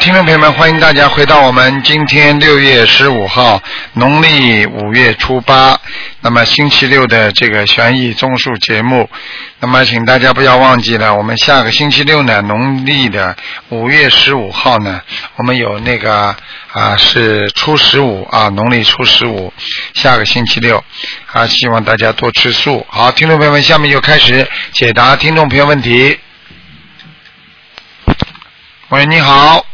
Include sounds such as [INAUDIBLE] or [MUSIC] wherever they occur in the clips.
听众朋友们，欢迎大家回到我们今天六月十五号，农历五月初八，那么星期六的这个悬疑综述节目。那么，请大家不要忘记了，我们下个星期六呢，农历的五月十五号呢，我们有那个啊是初十五啊，农历初十五，下个星期六啊，希望大家多吃素。好，听众朋友们，下面就开始解答听众朋友问题。喂，你好，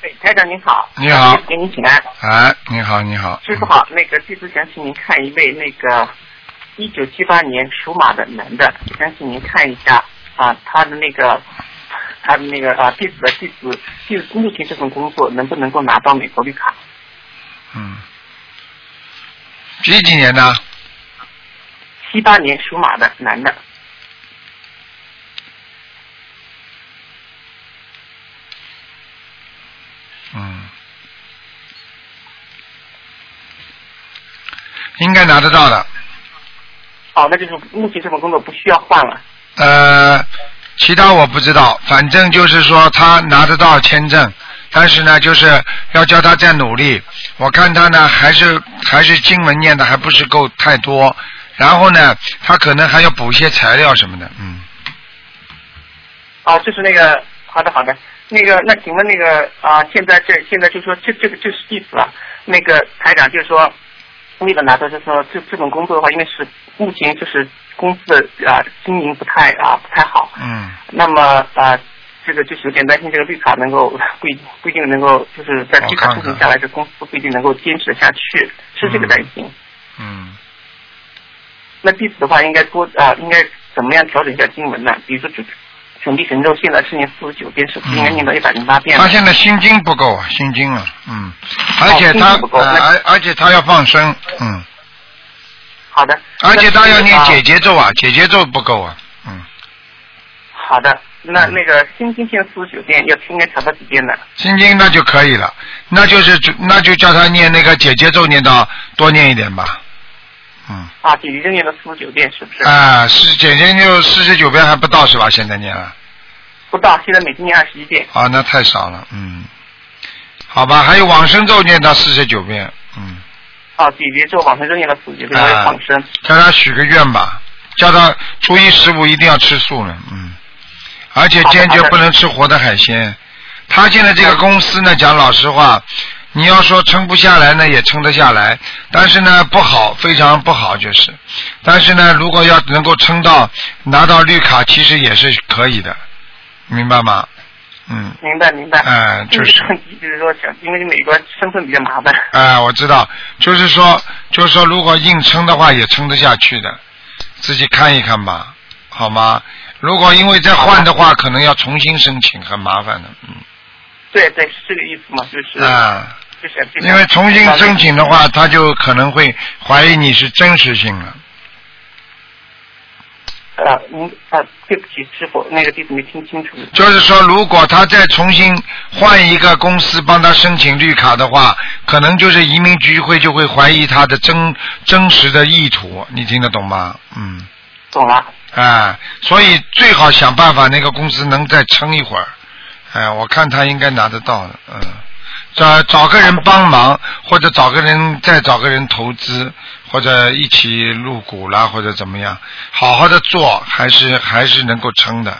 对，台长您好。你好给您请安。哎，你好，你好，师傅好，那个这次想请您看一位那个一九七八年属马的男的，想请您看一下啊，他的那个他的那个啊弟子的弟子弟子目前这份工作能不能够拿到美国绿卡？嗯，几几年的？七八年属马的男的，嗯，应该拿得到的。哦，那就是目前这份工作不需要换了。呃，其他我不知道，反正就是说他拿得到签证，但是呢，就是要叫他再努力。我看他呢，还是还是经文念的还不是够太多，然后呢，他可能还要补一些材料什么的，嗯。哦，就是那个，好的好的，那个那请问那个啊、现在这现在就说这这个这是弟子啊，那个台长就是说，为了拿到就是说这这种工作的话，因为是目前就是公司的啊、经营不太啊、不太好，嗯，那么啊、这个就是有点担心这个绿卡能够不一不一定能够就是在绿卡哦我看看啊申请下来，这公司不一定能够坚持得下去，是这个担心。嗯，那弟子的话应该多啊、应该怎么样调整一下经文呢？比如说准准提神咒现在是念四十九遍，是不是应该念到一百零八遍嗯呢？他现在心经不够，心经啊，嗯，而且心他经不够呃那而、而且他要放生，嗯，好的，而且他要念姐解。姐咒啊，姐姐咒不够啊，嗯，啊好的，那那个新经线四十九遍要应该调到几遍呢？心经那就可以了，那就是那就叫他念那个姐姐咒，念到多念一点吧。嗯，啊，姐姐就念到四十九遍，是不是？啊，是姐姐就四十九遍还不到是吧？现在念了，不到，现在每天念二十一遍。啊，那太少了，嗯，好吧，还有往生咒念到四十九遍，嗯，啊，姐姐就往生就念到四十九啊遍，还有放生。叫他许个愿吧，叫他初一十五一定要吃素了，嗯，而且坚决不能吃活的海鲜。他现在这个公司呢，讲老实话，你要说撑不下来呢，也撑得下来，但是呢不好，非常不好就是。但是呢，如果要能够撑到拿到绿卡，其实也是可以的，明白吗？嗯，明白明白。哎就是问题就是说想，因为美国身份比较麻烦。啊、我知道，就是说，就是说，如果硬撑的话，也撑得下去的，自己看一看吧，好吗？如果因为再换的话，可能要重新申请，很麻烦的，嗯，对对，是这个意思嘛？就是、啊，就是这个因为重新申请的话，他就可能会怀疑你是真实性了。呃，您啊，对不起，师傅，那个弟子没听清楚。就是说，如果他再重新换一个公司帮他申请绿卡的话，可能就是移民局会就会怀疑他的真真实的意图，你听得懂吗？嗯。懂了。啊，所以最好想办法那个公司能再撑一会儿。哎、我看他应该拿得到的，嗯，找找个人帮忙，或者找个人再找个人投资，或者一起入股啦，或者怎么样，好好的做，还是还是能够撑的，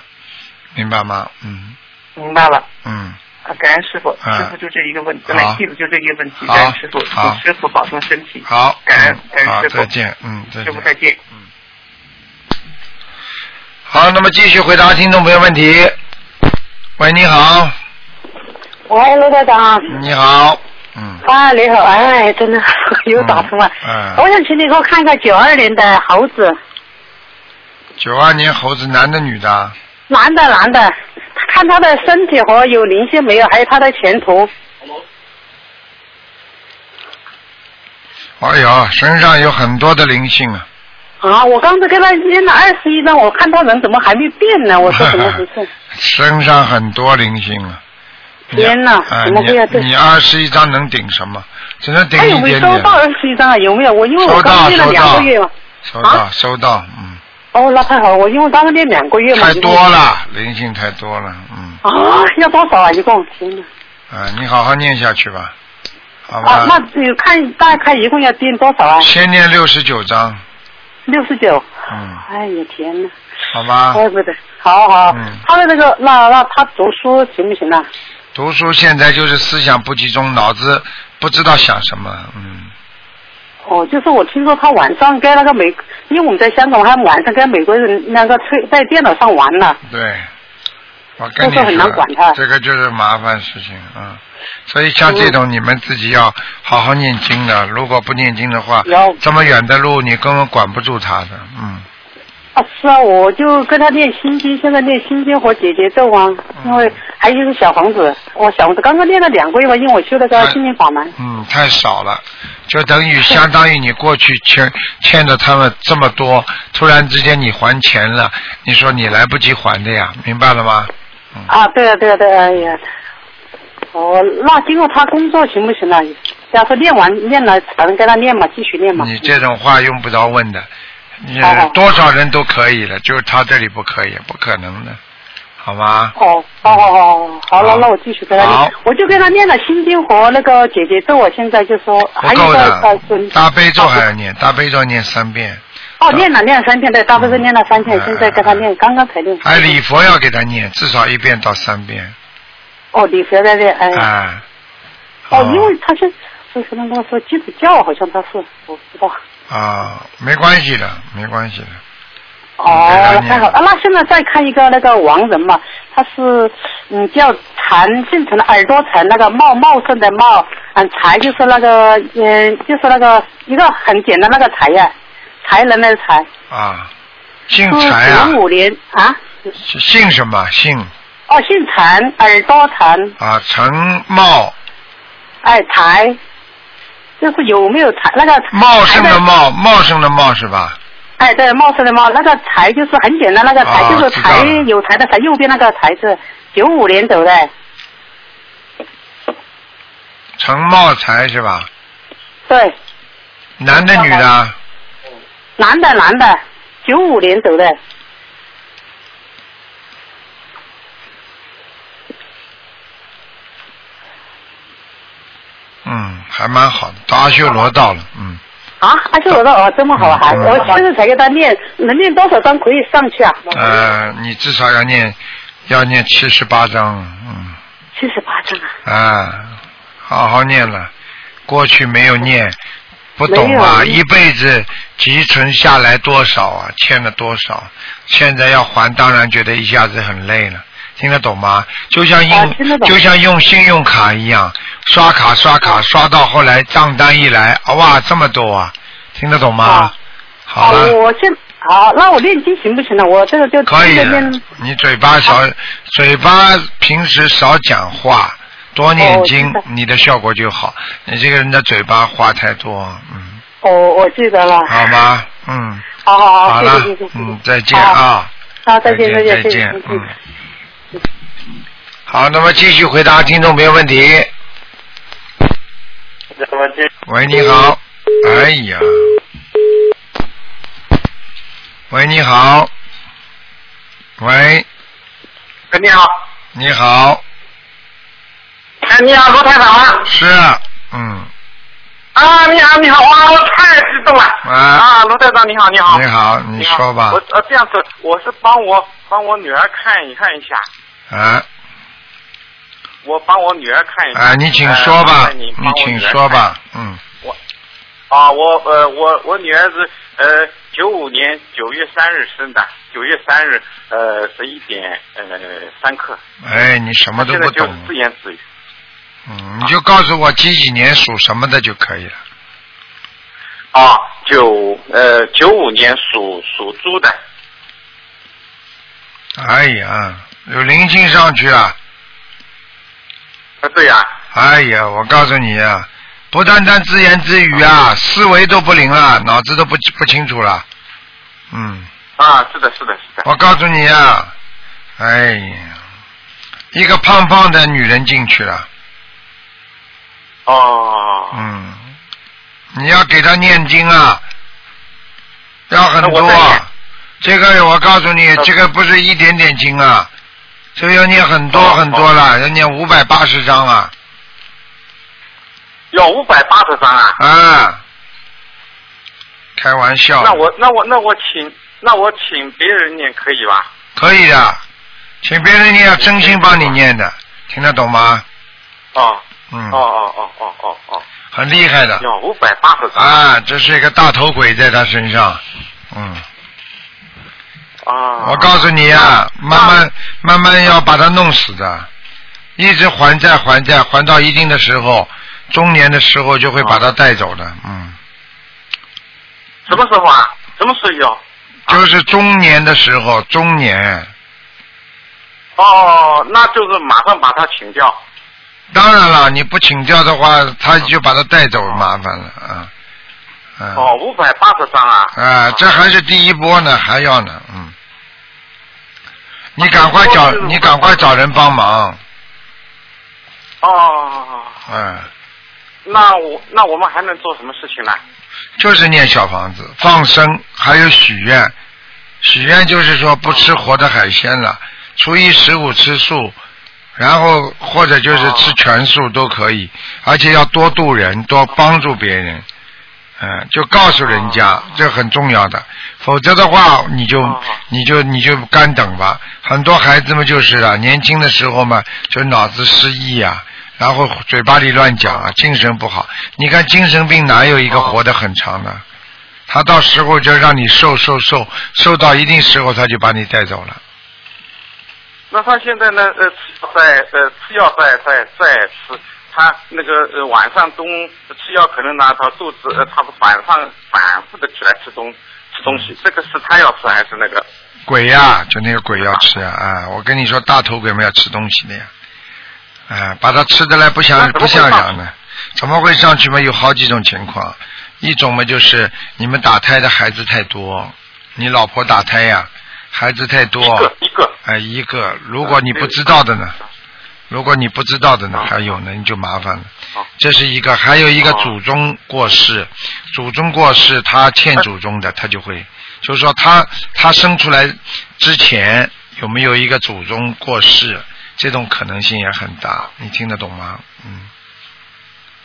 明白吗？嗯明白了，嗯，啊，感恩师傅，嗯师傅就这一个问题，好那弟子就这一个问题，好感恩师傅，好祝师傅保重身体，好，感恩嗯感好，恩师傅再见，嗯，再师见傅。再见。好，那么继续回答听众朋友问题。喂，你好，喂，卢台长。你好，嗯，啊，你好，哎，真的 [LAUGHS] 又打通了。嗯嗯我想请你给我看一个九二年的猴子，九二年猴子，男的女的啊？男的男的，看他的身体和有灵性没有，还有他的前途。哎呦，身上有很多的灵性啊！啊，我刚才给他念了二十一张，我看他人怎么还没变 [LAUGHS] 呢？我说怎么回事？身上很多灵性啊！你天哪啊怎么会有这你你二十一张能顶什么？只能顶哎一有没点收点。到二十一张啊？有没有？我因为收我到刚念了两个月嘛。收到，收到，嗯，哦，那太好了，我因为当时练两个月嘛。太多。了，灵性太多了，嗯，啊，要多少啊？一共？天哪！啊，你好好念下去吧，好吧？啊，那只有看大概一共要编多少啊？先念六十九章，六十九。嗯，哎呀天哪！好吧？怪不得，好好。嗯他的那个，那那他读书行不行啊？读书现在就是思想不集中，脑子不知道想什么，嗯，哦，就是我听说他晚上跟那个美，因为我们在香港，他晚上跟美国人那个吹在电脑上玩了。对。我跟你就是很难管他说，这个就是麻烦事情嗯。所以像这种你们自己要好好念经的，如果不念经的话要，这么远的路你根本管不住他的，嗯。啊，是啊，我就跟他练心经，现在练心经和解结咒啊，因为还有就是小房子，我小房子刚刚练了两个月吧，因为我修了个哎心灵法门。嗯，太少了，就等于相当于你过去欠欠着他们这么多，突然之间你还钱了，你说你来不及还的呀，明白了吗？啊，对啊，对啊，对啊，哎呀，哦，那今后他工作行不行啊？要是练完练了，反正跟他练嘛，继续练嘛。你这种话用不着问的，你好好多少人都可以了，就是他这里不可以，不可能的，好吗？哦，哦哦哦，好了，那我继续跟他好练，我就跟他练了心经和那个姐姐咒，我现在就说还不有够一个呃的，准大悲咒还要念，大悲咒念三遍，哦，练了练了三遍，对，大部分练了三遍嗯，现在跟他练，刚刚才练。哎，礼佛要给他念，至少一遍到三遍，哦，礼佛在练，哎。啊。哦，因为他是是什么跟我说基督教，好像他是，我不知道。啊，没关系的，没关系的。哦，嗯太好了、啊！那现在再看一个那个王人嘛，他是嗯叫禅姓陈，耳朵陈，那个茂茂盛的茂，嗯才就是那个嗯就是那个一个很简单那个才呀，才人的才。啊，姓是财啊，九五年啊，姓什么？姓哦姓禅，耳朵禅，啊，陈茂，哎才，就是有没有才那个茂才盛的的茂，茂盛的茂是吧？哎，对，茂盛的茂，那个财就是很简单，那个财、哦就是财知道了有财的财，右边那个财字，九五年走的，陈茂才是吧？对，男的女的啊？男的男的，九五年走的，嗯，还蛮好的，到阿修罗道了，嗯，啊，阿修罗道哦，这么好啊，还嗯我现在才给他念，能念多少张可以上去啊？呃，你至少要念，要念七十八章，嗯，七十八张啊，啊，好好念了，过去没有念，不没懂有啊，嗯一辈子积存下来多少啊，欠了多少，现在要还，当然觉得一下子很累了。听得懂吗？就像用、啊听得懂嗯就像用信用卡一样，刷卡刷卡刷到后来账单一来，哇，这么多啊！听得懂吗？啊好了。我现好，那我练经行不行呢？我这个就可以这啊的个念，你嘴巴少，嘴巴平时少讲话，多念经哦我知，道你的效果就好。你这个人的嘴巴话太多，嗯，哦，我记得了，好吗？嗯，好好好好，了谢谢谢谢，谢谢嗯，再见好啊，好，再见再见再谢谢见，嗯嗯。好，那么继续回答听众朋友问题。那么这喂，你好。哎呀。喂，你好。喂，哎你好，你好，哎你好罗台长啊，是，嗯，啊你好你好哇我太激动了啊啊罗台长你好你好你好，你说吧我。呃这样子我是帮我帮我女儿看一看一下，啊我帮我女儿看一下。啊，你请说呃麻吧，烦你你帮我请女儿说看吧，嗯，啊，我呃，我我女儿是呃九五年九月三日生的，九月三日呃十一点呃三刻，哎，你什么都现在不就懂，自言自语。嗯，你就告诉我几几年属什么的就可以了。啊，九呃九五年属属猪的，哎呀，有灵性上去啊！啊对呀、哎呀，我告诉你啊，不单单自言自语啊，思维都不灵了，脑子都不不清楚了。嗯，啊，是的，是的，是的。我告诉你啊，哎呀，一个胖胖的女人进去了。哦，嗯，你要给他念经啊，要很那多我再念啊，这个我告诉你，嗯这个不是一点点经啊，这个要念很哦多很多了，要念五百八十章啊，要五百八十张啊？啊，开玩笑，那我那我那我请那我请别人念可以吧？可以的，请别人念要真心帮你念的，听得懂吗？哦哦嗯，哦哦哦哦哦，很厉害的，要五百八十张啊，这是一个大头鬼在他身上，嗯。啊！我告诉你啊，那慢慢慢慢要把他弄死的，一直还债还债，还到一定的时候，中年的时候就会把他带走的，啊嗯，什么时候啊？什么时候要？就是中年的时候，中年，哦，那就是马上把他请掉。当然了，你不请教的话，他就把他带走，麻烦了啊，嗯，哦，五百八十张啊！啊，这还是第一波呢，还要呢，嗯，你赶快找哦是你赶快找人帮忙，哦，嗯，那我那我们还能做什么事情呢？就是念小房子、放生，还有许愿。许愿就是说不吃活的海鲜了，初一十五吃素，然后或者就是吃全素都可以，而且要多度人，多帮助别人。嗯，就告诉人家，这很重要的，否则的话，你就哦你就你就干等吧。很多孩子们就是啊，年轻的时候嘛，就脑子失忆啊，然后嘴巴里乱讲啊，精神不好。你看精神病哪有一哦个活得很长的？他到时候就让你受受受，受到一定时候他就把你带走了。那他现在呢？呃，吃在呃吃药在在在吃，他那个呃晚上东吃药可能呢，他肚子呃他晚上反复的起来吃东吃东西，这个是他要吃还是那个？鬼呀、就那个鬼要吃啊！啊，我跟你说，大头鬼们要吃东西的呀，啊，把它吃的来不像那怎么不会像上样的，怎么会上去嘛？有好几种情况，一种嘛就是你们打胎的孩子太多，你老婆打胎呀、孩子太多，一个一个。哎，一个，如果你不知道的呢，如果你不知道的呢，还有呢，你就麻烦了好。这是一个，还有一个好祖宗过世，祖宗过世，他欠祖宗的，他就会，就是说他他生出来之前有没有一个祖宗过世，这种可能性也很大，你听得懂吗？嗯，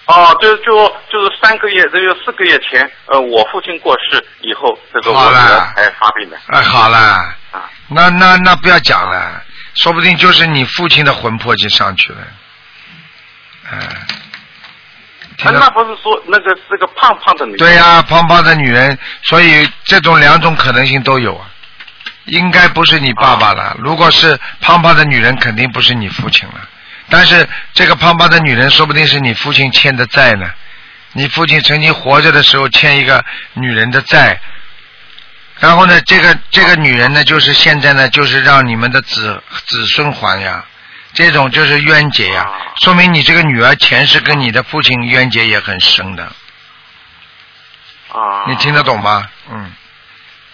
哦，就就就是三个月，这就四个月前，呃，我父亲过世以后，这个我好女啦儿还发病的哎，好啦，啊。那那那不要讲了，说不定就是你父亲的魂魄就上去了，哎、啊听得那不是说那个是个胖胖的女？对、呀、胖胖的女人，所以这种两种可能性都有啊。应该不是你爸爸哦了，如果是胖胖的女人，肯定不是你父亲了。但是这个胖胖的女人，说不定是你父亲欠的债呢。你父亲曾经活着的时候欠一个女人的债，然后呢，这个这个女人呢，就是现在呢，就是让你们的子子孙还呀，这种就是冤结呀，哦说明你这个女儿前世跟你的父亲冤结也很深的。啊，你听得懂吗？嗯，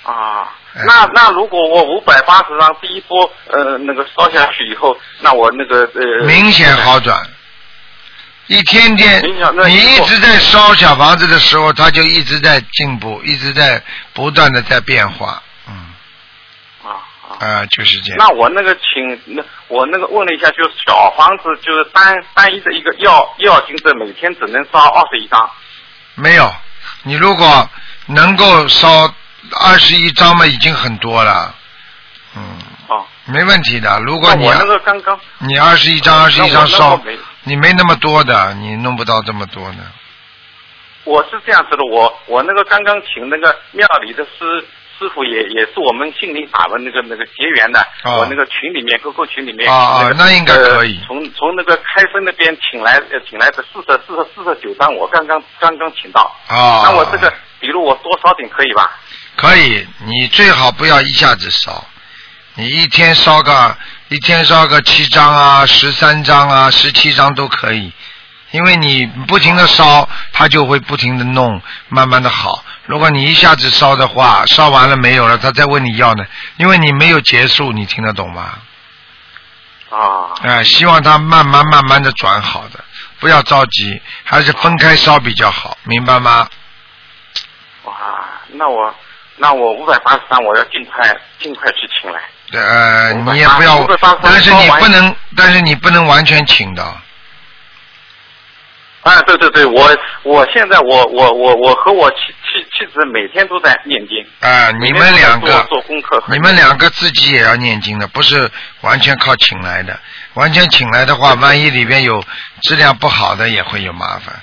啊哎。那那如果我五百八十张第一波呃那个烧下去以后，那我那个呃明显好转，一天天明显那你以一后直在烧小房子的时候，它就一直在进步，一直在不断的在变化，嗯啊啊啊、就是这样。那我那个请那我那个问了一下，就是小房子就是单单一的一个药药金子，每天只能烧二十一张。没有，你如果能够烧二十一张嘛，已经很多了，嗯，哦，没问题的。如果那你啊我那个刚刚你二十一张二十一张那我那我烧没，你没那么多的，你弄不到这么多的。我是这样子的，我我那个刚刚请那个庙里的师师傅也也是我们心灵法门那个那个结缘的，啊我那个群里面 QQ 群里面啊个啊那应该可以呃从从那个开分那边请来呃请来的四十四十四十九张，我刚刚刚刚请到。啊那我这个比如我多烧点可以吧？可以，你最好不要一下子烧，你一天烧个一天烧个七张啊、十三张啊、十七张都可以，因为你不停的烧，它就会不停的弄，慢慢的好。如果你一下子烧的话，烧完了没有了，他再问你要呢，因为你没有结束，你听得懂吗？啊哎、希望它慢慢慢慢的转好的，不要着急，还是分开烧比较好，明白吗？哇，那我那我五百八十三，我要尽快尽快去请来。呃， 583你也不要583，但是你完不能，但是你不能完全请的，啊，对对对，我我现在我我我我和我妻妻妻子每天都在念经，啊、你们两每天个都在做做功课，你们两个自己也要念经的，不是完全靠请来的。完全请来的话，万一里边有质量不好的，也会有麻烦。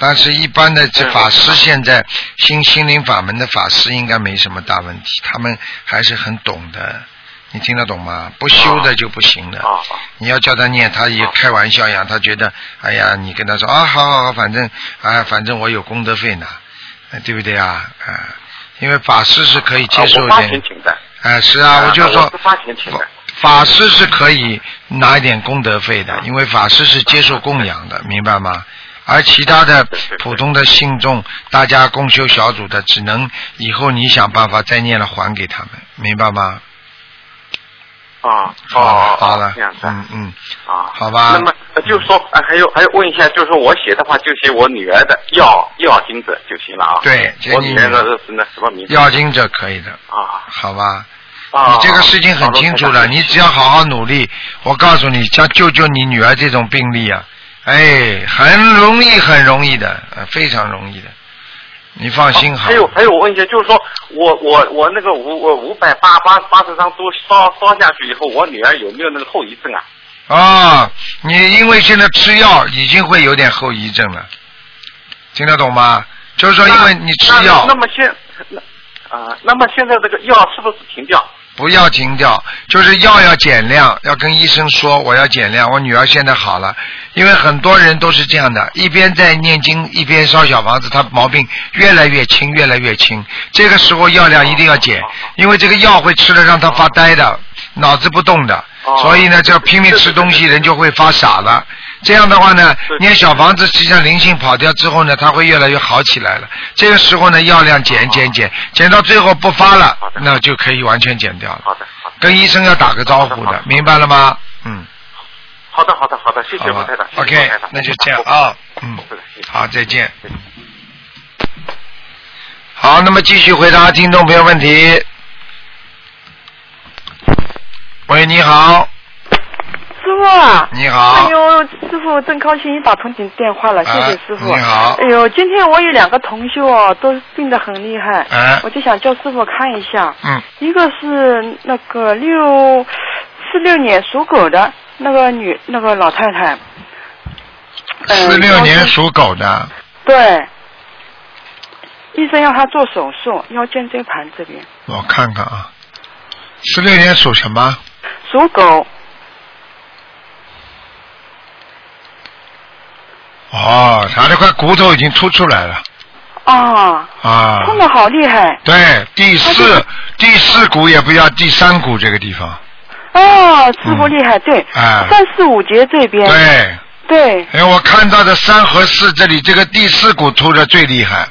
但是，一般的这嗯法师现在心心灵法门的法师应该没什么大问题，他们还是很懂的。你听得懂吗？不修的就不行的。啊，你要叫他念，他也好开玩笑一样，他觉得，哎呀，你跟他说啊，好好好，反正啊，反正我有功德费拿，呃对不对啊？啊，因为法师是可以接受啊我一花点，钱请的哎，是啊，我就说我是花钱请的法师是可以拿一点功德费的，因为法师是接受供养的，明白吗？而其他的对对对普通的信众，大家共修小组的，只能以后你想办法再念了还给他们，明白吗？啊，哦好了哦，好了这样，子啊嗯嗯，啊，好吧嗯那么呃就是说，呃还有还有问一下，就是说我写的话就写我女儿的要要经者就行了啊。对这我你女儿的是那什么名字？要经者可以的，啊好吧？啊！你这个事情很清楚好的，的你只要好好努力，我告诉你，想救救你女儿这种病例啊，哎，很容易，很容易的，呃非常容易的，你放心好哦还。有还有，我问一下，就是说我我我那个五我五百八八八十张都烧烧下去以后，我女儿有没有那个后遗症啊？啊，你因为现在吃药已经会有点后遗症了，听得懂吗？就是说，因为你吃那药那那么现那啊、那么现在这个药是不是停掉？不要停掉，就是药要减量，要跟医生说我要减量。我女儿现在好了，因为很多人都是这样的，一边在念经，一边烧小房子，她毛病越来越轻，越来越轻。这个时候药量一定要哦减，因为这个药会吃了让她发呆的，脑子不动的。哦所以呢，只要拼命吃东西，人就会发傻了。这样的话呢对，念小房子实际上灵性跑掉之后呢，它会越来越好起来了。这个时候呢，药量减减减，减到最后不发了好的，那就可以完全减掉了。好的，好的，跟医生要打个招呼好的好的的，明白了吗？嗯，好的，好的，好的，谢谢好吴吧台长。谢谢吴，OK，台长那就这样啊，嗯不客气，好，再见谢谢。好，那么继续回答听众朋友问题。喂，你好，师傅啊！你好哎，呦，师傅真高兴，你打通你电话了，谢谢啊师傅。你好哎呦，今天我有两个同修哦，都病得很厉害，哎我就想叫师傅看一下。嗯，一个是那个六四六年属狗的那个女那个老太太，呃四六腰年间属狗的，对，医生要她做手术，腰间椎盘这边我看看啊，四六年属什么？属狗，哦，他这块骨头已经凸出来了啊，啊。痛得好厉害，对，第他四第四股也不要，第三股这个地方，哦，师傅嗯厉害，对，哎三四五节这边，对，对，哎，我看到的三和四这里，这个第四股突的最厉害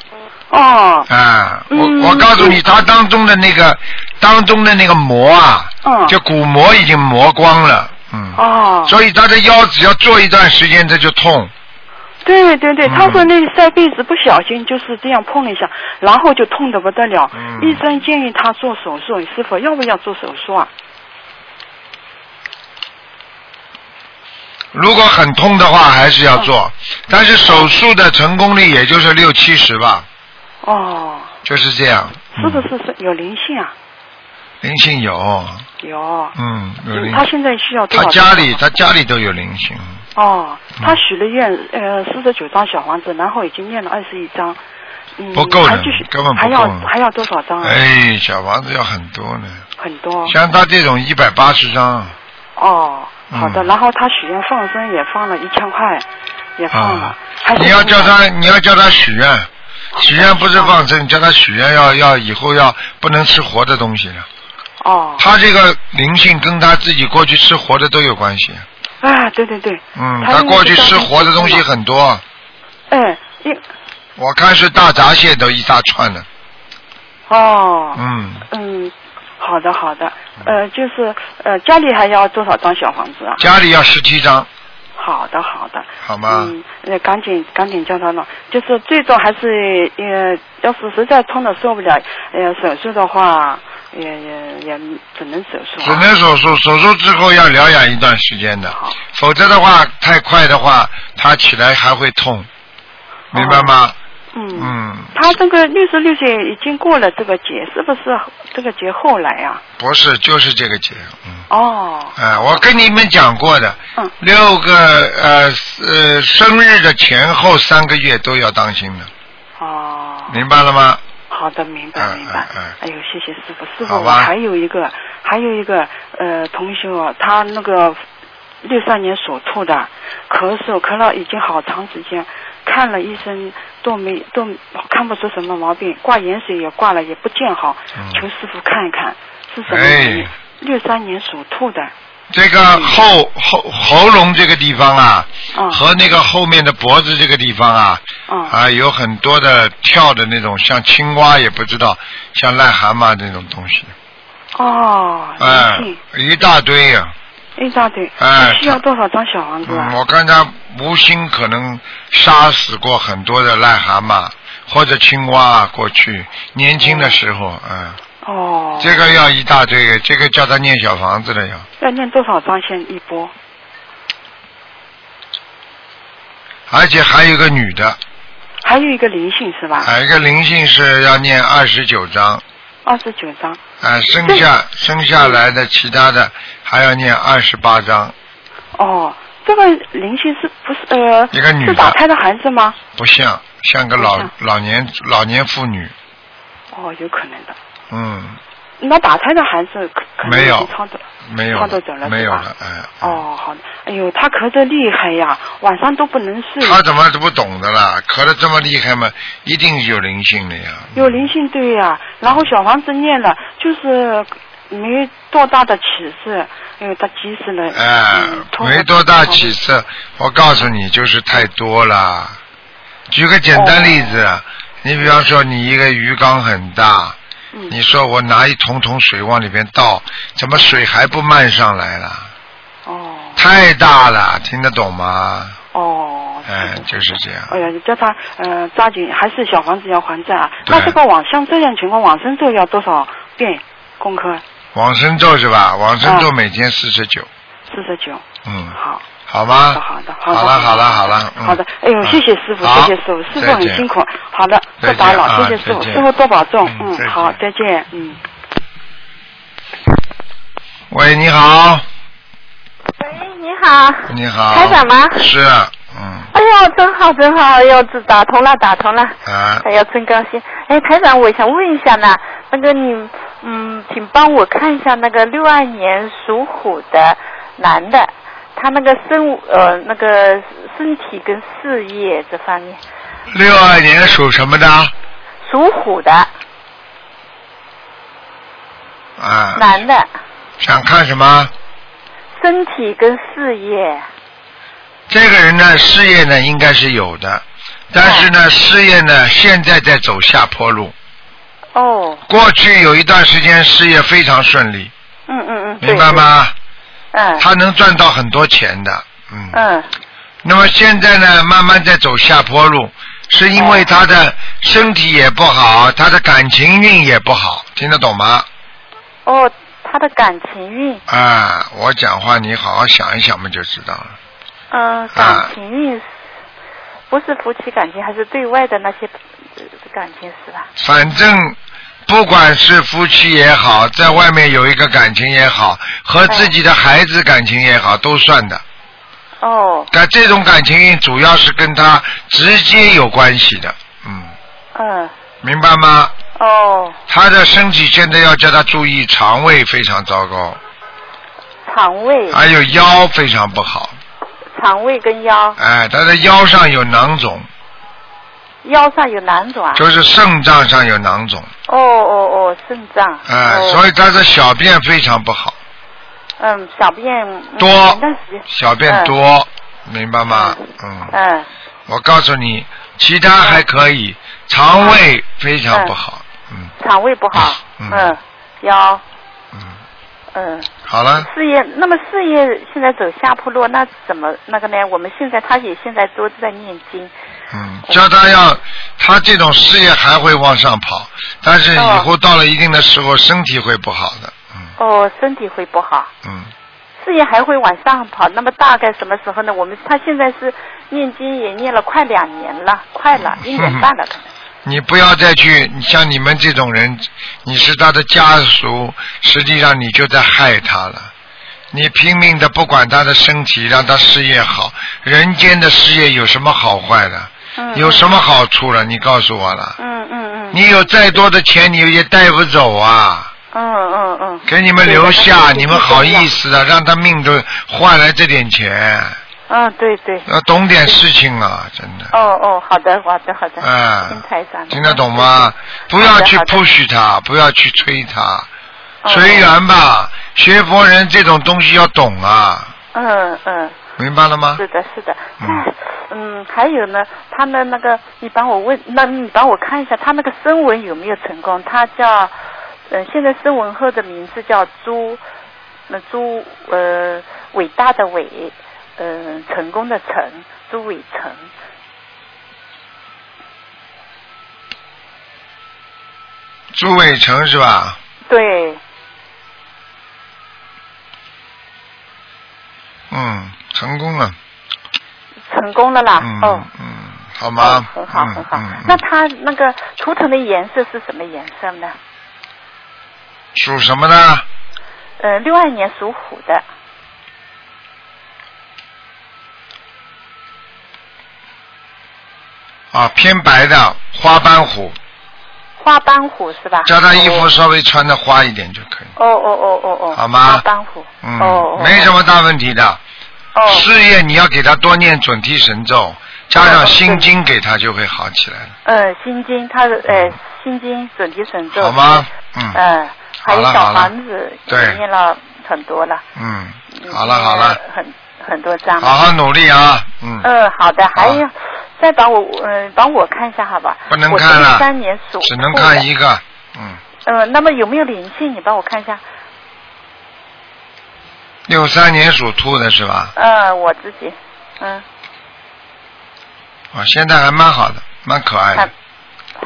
哦，啊！嗯我我告诉你，它当中的那个当中的那个膜啊，嗯，就骨膜已经磨光了，嗯，哦，所以他的腰只要坐一段时间，它就痛。对对对，嗯他说那晒被子不小心就是这样碰了一下，然后就痛得不得了。嗯医生建议他做手术，师傅要不要做手术啊？如果很痛的话，还是要哦做，但是手术的成功率也就是六七十吧，哦，就是这样。是不嗯？是是有灵性啊？灵性有，有。嗯，有灵他现在需要多他少张家里嗯小他家里都有灵性，哦，他许了愿，呃，四十九张小房子，然后已经念了二十一张，嗯，不够的还继续根本不还要够的还要多少张啊？哎，小房子要很多呢。很多像他这种一百八十张，哦，好的。嗯然后他许愿放生也放了一千块，也放了啊，还是你要叫多他，你要叫他许愿，许愿不是放哦生，你叫他许愿要要以后要不能吃活的东西了。哦，他这个灵性跟他自己过去吃活的都有关系。啊，对对对，嗯，他他过去吃活的东西因为是很多，哎，因我看是大闸蟹都一大串的。哦，嗯，嗯，好的好的，呃，就是呃，家里还要多少张小房子啊？家里要十七张，好的，好的。好吗？嗯，那赶紧赶紧叫他弄，就是最终还是呃，要是实在痛的受不了，呃，手术的话，也也也只能手术、啊只能手术，手术之后要疗养一段时间的，好，否则的话太快的话，他起来还会痛，明白吗？哦嗯。嗯，他这个六十六岁已经过了这个节，是不是这个节后来啊？不是，就是这个节，嗯，哦，哎、我跟你们讲过的，嗯，六个呃呃生日的前后三个月都要当心的，哦，明白了吗？好的，明白嗯明白。嗯嗯哎呦，谢谢师傅，师傅，好我吧还有一个，还有一个呃同学哦，他那个六三年所吐的咳嗽，咳了已经好长时间，看了医生都没都看不出什么毛病，挂盐水也挂了也不见好，嗯求师傅看一看是什么原因哎。，六三年属兔的，这个后后喉咙这个地方啊，嗯和那个后面的脖子这个地方啊，嗯，啊，有很多的跳的那种，像青蛙也不知道，像癞蛤蟆那种东西，哦，哎灵性，一大堆呀、一大堆，哎那需要多少张小房子嗯，啊？我看他无心可能杀死过很多的癞蛤蟆或者青蛙啊，过去年轻的时候，嗯，哦，这个要一大堆，这个叫他念小房子的要，要念多少张先一波？而且还有一个女的，还有一个灵性是吧？还有一个灵性是要念二十九章。二十九张，啊，生下生下来的其他的还要念二十八章，哦，这个灵性是不是呃一个女的是打胎的孩子吗？不像像个老不像老年老年妇女，哦，有可能的。嗯，那打胎的孩子可可能没已有经超走了。没有她都走了是吧没有了，哎，哦，好的。哎呦，他咳得厉害呀，晚上都不能睡。他怎么都不懂的啦？咳得这么厉害嘛，一定有灵性的呀。有灵性对呀、然后小房子念了，就是没多大的启示，哎呦，他急死了。哎嗯，没多大起。色，我告诉你，就是太多了。举个简单例子，哦你比方说你一个鱼缸很大，脱嗯你说我拿一桶桶水往里边倒，怎么水还不漫上来了？哦太大了，听得懂吗？哦。哎，就是这哎样。呀，你叫他呃抓紧，还是小房子要还债啊？对那这个往像这样情况，往生咒要多少遍功课？往生咒是吧？往生咒每天四十九，四十九。嗯，好，好好吗？的，好的，好的了，好了，好了。嗯好的，哎呦，嗯谢谢师傅，好谢谢师傅，师傅再很见辛苦。好的，再见不打扰，啊谢谢师傅，再见师傅多保重，嗯再嗯，见好，再见，嗯。喂，你好，喂，你好。你好。台长吗是，嗯，哎呦，真好，真好！哎呦，这打通了，打通了！啊，哎呦，真高兴！哎，台长，我想问一下呢，那个你，嗯，请帮我看一下那个六二年属虎的男的，他那个身呃那个身体跟事业这方面，六二年属什么的？属虎的啊，男的，想看什么？身体跟事业，这个人呢，事业呢应该是有的，但是呢，事业呢现在在走下坡路。哦，过去有一段时间事业非常顺利，嗯嗯嗯，对明白？吗？对嗯他能赚到很多钱的，嗯。嗯那么现在呢，慢慢在走下坡路，是因为他的身体也不好，他的感情运也不好，听得懂吗？哦，他的感情运，啊，我讲话你好好想一想嘛，就知道了。嗯，啊感情运是不是夫妻感情，还是对外的那些呃感情是吧？反正不管是夫妻也好，在外面有一个感情也好，和自己的孩子感情也好，都算的。哦，但这种感情运主要是跟他直接有关系的，嗯，嗯，明白吗？哦，他的身体现在要叫他注意，肠胃非常糟糕，肠胃，还有腰非常不好，肠胃跟腰，哎，他的腰上有囊肿，腰上有囊肿啊？就是肾脏上有囊肿，哦哦哦，肾脏。哎，哦、所以他的小便非常不好，嗯，小便嗯多前段时间小便多，明白吗？嗯，嗯，我告诉你，其他还可以，肠胃非常不好，嗯肠胃不好，嗯嗯，腰，嗯，嗯。好了，事业，那么事业现在走下坡路，那怎么那个呢？我们现在他也现在都在念经，嗯，叫他要他这种事业还会往上跑，但是以后到了一定的时候，身体会不好的，嗯哦，身体会不好，嗯，事业还会往上跑。那么大概什么时候呢？我们他现在是念经也念了快两年了，快了嗯一年半了，可能。你不要再去，你像你们这种人，你是他的家属，实际上你就在害他了。你拼命的不管他的身体，让他事业好，人间的事业有什么好坏的？嗯。有什么好处了？你告诉我了。嗯？嗯嗯嗯你有再多的钱，你也带不走啊！嗯嗯嗯。给你们留下，对你们好意？对思啊？让他命都换来这点钱，嗯，对对。要懂点事情啊！真的。哦哦，好的好的好的。嗯听台长的。听得懂吗？不要去好的 push 他，不要去催他，哦随缘吧。学佛人这种东西要懂啊，嗯嗯。明白了吗是？的，是的。嗯嗯还有呢，他的那个，你帮我问，那你帮我看一下，他那个声纹有没有成功？他叫，嗯、现在声纹后的名字叫朱，那朱呃，伟大的伟，嗯、成功的成，朱伟成。朱伟成是吧？对，嗯，成功了。成功了啦。嗯哦。嗯，好吗哦？很好，嗯很好。嗯嗯那他那个图腾的颜色是什么颜色呢？属什么呢？呃，六二年属虎的。啊，偏白的花斑虎，花斑虎是吧？叫他衣哦服稍微穿的花一点就可以。哦哦哦哦哦，好吗大帮虎，嗯，哦，没什么大问题的。哦，哦，事业你要给他多念准提神咒，加上心经给他就会好起来了，嗯，心经，他的呃，心经准提神咒，嗯好？吗？嗯哦嗯，还好有了好小了房子，对念了很多了，嗯，嗯好了好了，，很很多章好了。好努力啊，嗯，嗯，好的，还有，再帮我，嗯，帮我看一下，好吧？不能看我了三年属，只能看。一个，嗯，嗯，那么有没有灵性？你帮我看一下。六三年属兔的是吧？嗯，我自己，嗯，啊，现在还蛮好的，蛮可爱还的，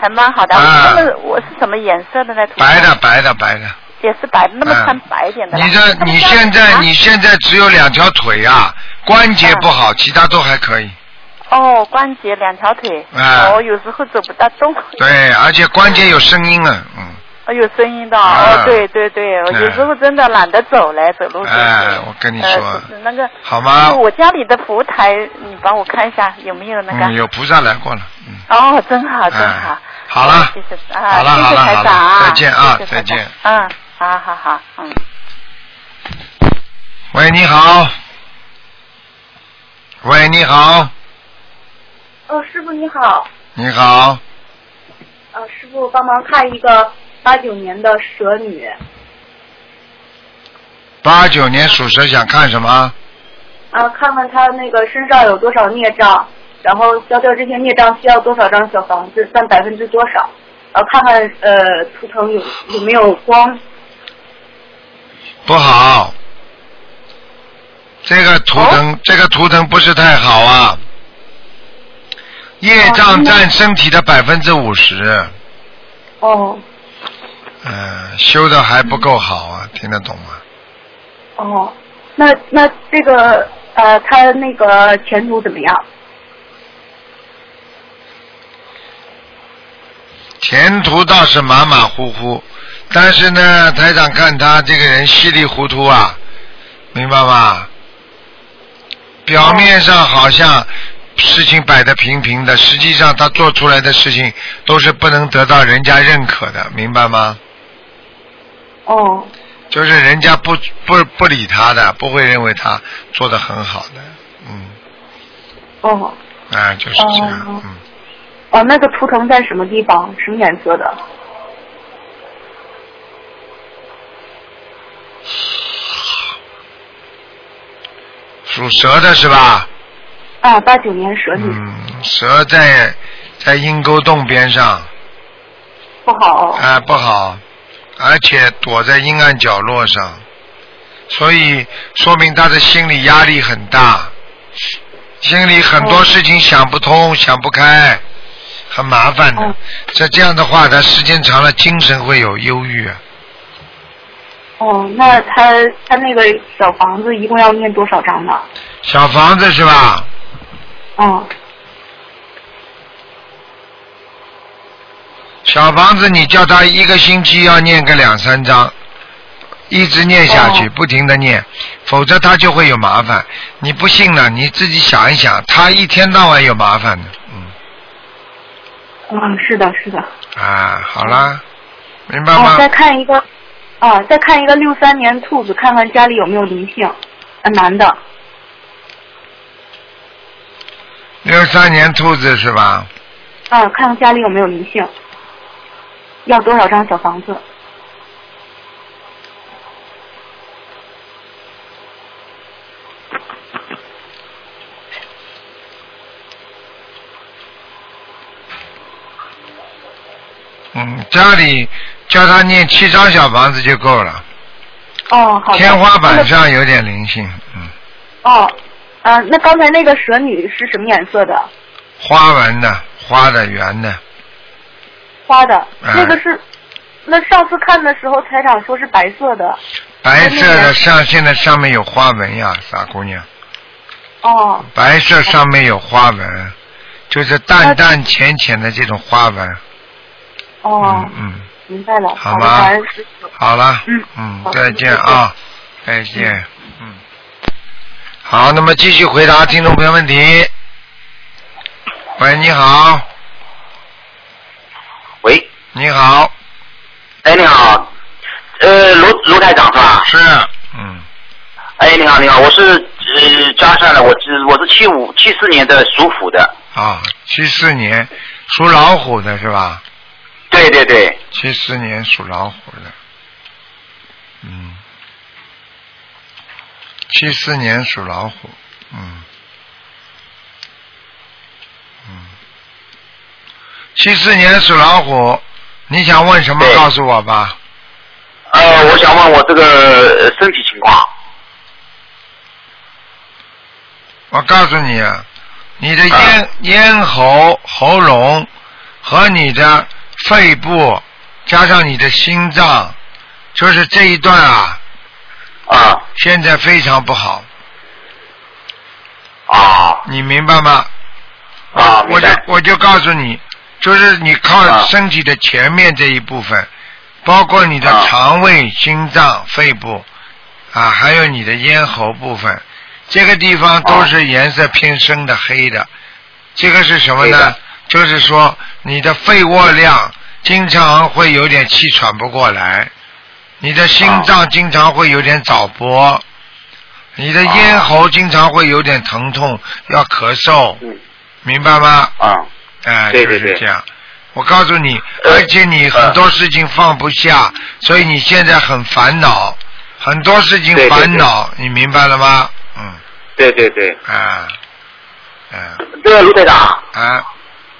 还蛮好的。啊那么我是什么颜色的呢？图白腾的白的白的。也是白的，那么嗯穿白一点的啦。你这那么你这样现子在啊你现在只有两条腿啊，关节不好，其他都还可以。哦，关节两条腿，哎哦，有时候走不大动， [LAUGHS] 对，而且关节有声音啊，嗯，哦，有声音的，哎哦，对对对，我有时候真的懒得走嘞，走路就是。哎我跟啊你说呃就是那个好吗就是我家里的佛台，你帮我看一下有没有那嗯，个？有菩萨来过了，嗯。哦，真好，真哎好。好了谢谢啊，好了谢好了谢台好了长啊，再见啊谢谢台再见长嗯，好好好，嗯。喂，你好。喂，你好，哦，师傅你好，你好，呃，师傅帮忙看一个八九年的蛇女，八九年属蛇，想看什么？啊、看看她那个身上有多少孽障，然后消掉这些孽障需要多少张小房子，占百分之多少，呃，看看呃图腾有有没有光，不好，这个图腾，这个图腾不是太好啊。业障占身体的百分之五十，哦嗯，修的还不够好啊，听得懂吗？哦，那那这个呃她那个前途怎么样？前途倒是马马虎虎，但是呢，台长看他这个人稀里糊涂啊，明白吗？表面上好像事情摆得平平的，实际上他做出来的事情都是不能得到人家认可的，明白吗？哦就是人家不不不理他的，不会认为他做得很好的，嗯，哦啊，就是这样，哦嗯，哦，那个图腾在什么地方？什么颜色的？属蛇的是吧？啊，八九年蛇女、嗯，蛇在在阴沟洞边上。哎不好哦。啊，不好，而且躲在阴暗角落上，所以说明他的心理压力很大，心里很哦多事情想不通、想不开，很麻烦哦的。这这样的话，他时间长了，精神会有忧郁。啊哦，那他他那个小房子一共要念多少章呢？小房子是吧？嗯，小房子，你叫他一个星期要念个两三章，一直念下去，哦不停的念，否则他就会有麻烦。你不信呢？你自己想一想，他一天到晚有麻烦的。嗯，是的，是的。啊，好啦，明白哦，吗？再看一个，啊，再看一个六三年兔子，看看家里有没有灵性，啊，男的，六三年兔子是吧？啊，看看家里有没有灵性，要多少张小房子？嗯，家里叫他念七张小房子就够了。哦，好的。天花那板个上有点灵性，嗯，哦，啊，那刚才那个蛇女是什么颜色的？花纹的、花的、圆的，花的，哎那个是，那上次看的时候，台长说是白色的。白色那的个上现在上面有花纹呀，傻姑娘，哦，白色上面有花纹，就是淡淡浅浅的这种花纹，哦，嗯，明白了，好的，吧感恩师傅。好了，嗯嗯好，再见谢谢啊，再见，嗯，好，那么继续回答听众朋友问题。喂，你好，喂，你好，哎，你好，呃，卢卢台长是吧？是，嗯，哎，你好，你好，我是呃加上了，我是我是七五七四年的属虎的，啊，七四年属老虎的是吧？对对对，七四年属老虎的，嗯，七四年属老虎，嗯，嗯，七四年属老虎，你想问什么对告诉我吧？呃，我想问我这个呃身体情况，我告诉你，啊，你的咽、咽喉、喉咙和你的肺部，加上你的心脏，就是这一段啊，啊现在非常不好，啊你明白吗？啊，我就明白，我就告诉你，就是你靠啊身体的前面这一部分，包括你的啊肠胃、心脏、肺部，啊，还有你的咽喉部分，这个地方啊都是颜色偏深的黑的。这个是什么黑呢的？就是说你的肺卧量经常会有点气喘不过来，你的心脏经常会有点早搏，你的咽喉经常会有点疼痛，要咳嗽，嗯明白吗？啊哎，对就对是对这样。我告诉你，呃而且你很多事情放不下，所以你现在很烦恼，很多事情对对对烦恼，你明白了吗？嗯，对对对，啊，嗯，这个卢台长，啊，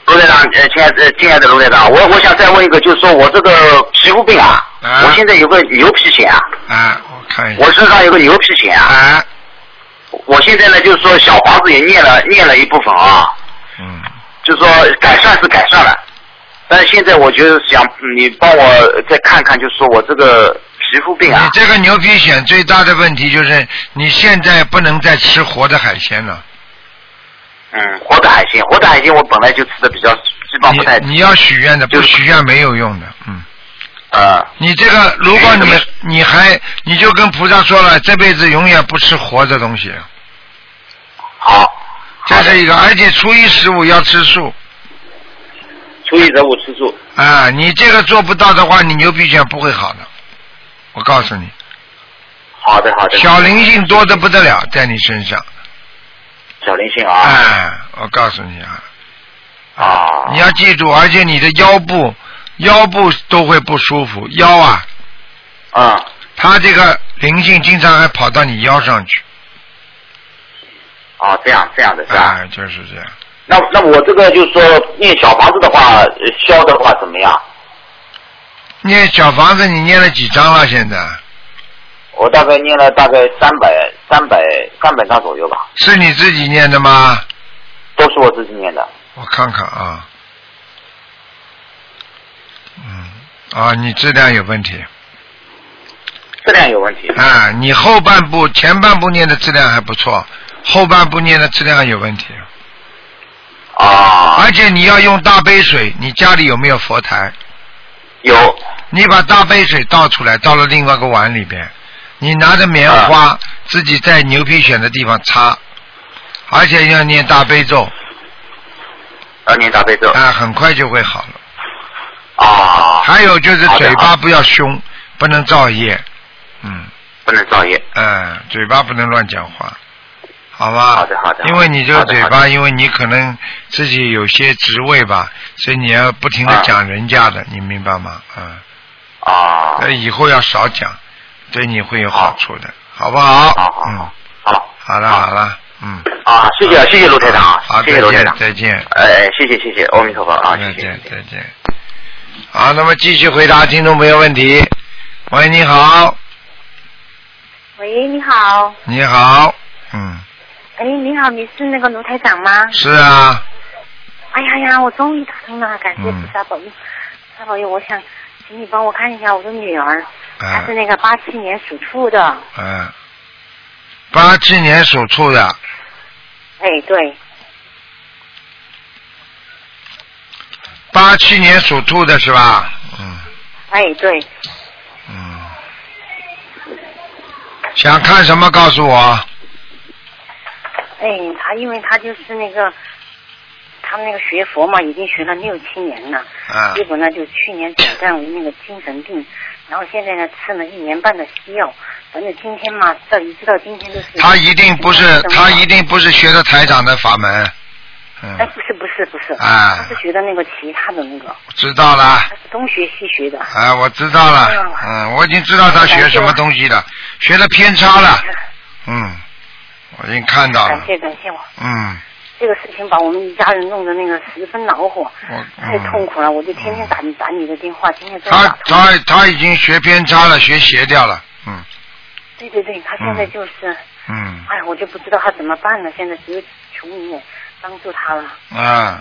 卢台长，呃，亲爱的呃亲爱的卢台长，我我想再问一个，就是说我这个皮肤病啊，啊我现在有个牛皮癣啊，啊，我看一下，我身上有个牛皮癣啊。啊，我现在呢，就是说小房子也念了念了一部分啊，嗯，就说改善是改善了，但是现在我就是想嗯你帮我再看看，就是说我这个皮肤病啊你，这个牛皮癣最大的问题就是你现在不能再吃活的海鲜了，嗯，活的海鲜，活的海鲜我本来就吃的比较，基本上不太你你要许愿的，不就是许愿没有用的，嗯。呃你这个，如果你哎你还你就跟菩萨说了，这辈子永远不吃活的东西，好，这是一个，而且初一十五要吃素初一十五吃素，啊！你这个做不到的话，你牛皮癣不会好的。我告诉你，好的好的，小灵性多的不得了，在你身上。小灵性啊哎，我告诉你啊，啊你要记住，而且你的腰部腰部都会不舒服，腰啊，嗯，它这个灵性经常还跑到你腰上去，哦这样这样的是吧？哎，就是这样。那那我这个就是说念小房子的话，呃消的话怎么样？念小房子，你念了几张了？现在？我我大概念了大概三百三百三百张左右吧，是你自己念的吗？都是我自己念的。我看看啊，嗯，啊，你质量有问题质量有问题。啊，你后半部前半部念的质量还不错，后半部念的质量有问题。啊，而且你要用大杯水，你家里有没有佛台？有你把大杯水倒出来，倒到另外一个碗里边，你拿着棉花、啊自己在牛皮癣的地方擦，而且要念大悲咒，要念大悲咒。啊，很快就会好了。啊，还有就是好的嘴好巴的不要凶，不能造业，嗯不能造业。嗯，嘴巴不能乱讲话，好吧？好的好的因为你这个好的嘴好的巴，因为你可能自己有些职位吧，所以你要不停的啊讲人家的，你明白吗？嗯，啊，所以以后要少讲，对你会有好处的，好不好？好好嗯，好好了好了，嗯，啊，谢谢谢谢卢台长好，啊，谢谢再卢台见长。再见。哎哎，谢谢谢谢，阿弥陀佛啊，再谢谢。见谢谢再见。好，那么继续回答听众朋友问题。喂，你好，喂，你好，你好，嗯，哎，你好，你是那个卢台长吗？是啊，哎呀呀，我终于打通了，感谢嗯菩萨保佑，菩萨保佑，我想请你帮我看一下我的女儿，她是嗯那个八七年属兔的，嗯，八七年属兔的，哎，对，八七年属兔的是吧？嗯哎，对，嗯，想看什么告诉我？哎，她因为她就是那个，他们那个学佛嘛，已经学了六七年了，啊结果呢，就去年诊断为那个精神病，然后现在呢吃了一年半的西药，反正今天嘛，这一直到今天都是他一定不是，他一定不是学的台长的法门。啊哎，嗯，不是不是不是，啊他是学的那个其他的那个，知道了。他是东学西学的。啊，我知道了，嗯，我已经知道他学什么东西了，学的偏差了，嗯，我已经看到感了，谢感谢我，嗯，这个事情把我们一家人弄得那个十分恼火，我太痛嗯，苦了。我就天天打你打你的电话，今天终于他打通了。他他已经学偏差了，学邪掉了，嗯对对对，他现在就是，嗯哎，我就不知道他怎么办了。现在只有求你也帮助他了。啊，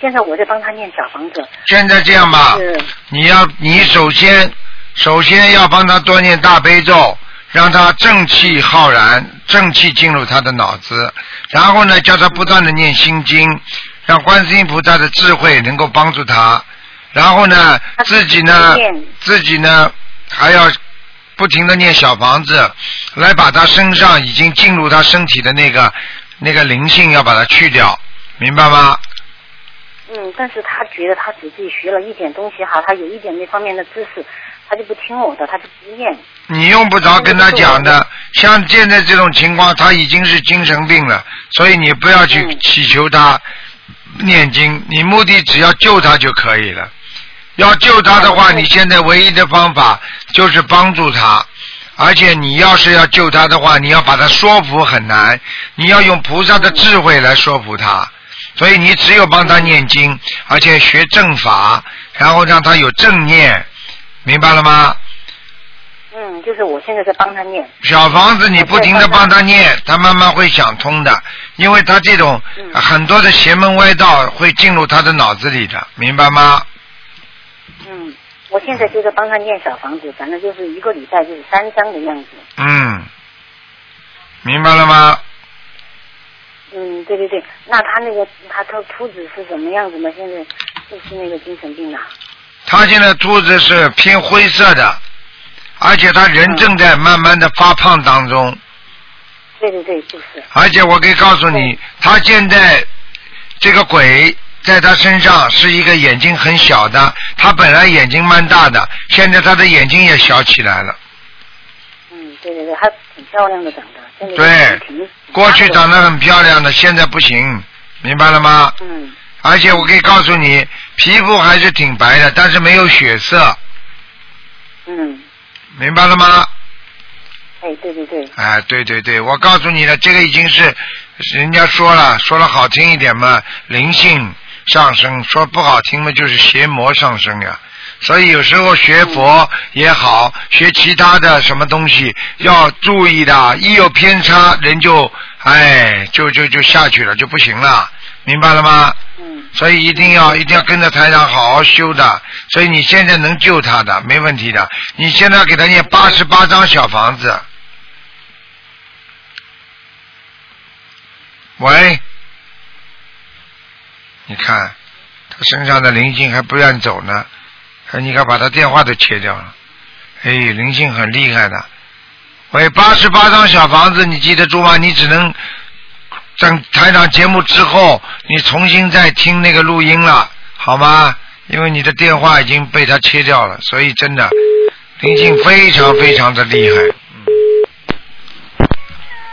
现在我在帮他念小房子，现在这样吧，是你要你首先首先要帮他多念大悲咒，让他正气浩然，正气进入他的脑子，然后呢，叫他不断的念心经，让观世音菩萨的智慧能够帮助他，然后呢，自己呢念自己呢还要不停的念小房子，来把他身上已经进入他身体的那个那个灵性要把它去掉，明白吗？嗯，但是他觉得他只自己学了一点东西哈，他有一点那方面的知识，他就不听我的，他就不念。你用不着跟他讲的，嗯像现在这种情况，他已经是精神病了，所以你不要去嗯祈求他念经，你目的只要救他就可以了。要救他的话，嗯你现在唯一的方法就是帮助他，而且你要是要救他的话，你要把他说服很难，你要用菩萨的智慧来说服他。所以你只有帮他念经，而且学正法，然后让他有正念，明白了吗？嗯，就是我现在在帮他念。小房子你不停的帮他念，他慢慢会想通的，因为他这种嗯很多的邪门歪道会进入他的脑子里的，明白吗？嗯，我现在就在帮他念小房子，反正就是一个礼拜就是三张的样子。嗯，明白了吗？嗯，对对对，那他那个他的秃子是什么样子呢？现在就是那个精神病啊。他现在肚子是偏灰色的，而且他人正在慢慢的发胖当中，对对对，就是。而且我可以告诉你对，他现在这个鬼在他身上是一个眼睛很小的，他本来眼睛蛮大的，现在他的眼睛也小起来了。嗯，对对对，还挺漂亮的长得，现在对挺挺过去长大得很漂亮的，现在不行，明白了吗？的。嗯，而且我可以告诉你，皮肤还是挺白的，但是没有血色，嗯，明白了吗？哎，对对对，哎，对对对，我告诉你了，这个已经是人家说了，说了好听一点嘛，灵性上升；说不好听嘛，就是邪魔上升呀。所以有时候学佛也好，学其他的什么东西要注意的，一有偏差人就哎就就就下去了，就不行了，明白了吗？嗯。所以一定要一定要跟着台长好好修的，所以你现在能救他的没问题的，你现在给他念八十八张小房子。喂，你看他身上的灵性还不愿走呢，还哎你看把他电话都切掉了，哎，灵性很厉害的。喂，八十八张小房子，你记得住吗？你只能等台长节目之后，你重新再听那个录音了，好吗？因为你的电话已经被他切掉了，所以真的灵性非常非常的厉害。嗯，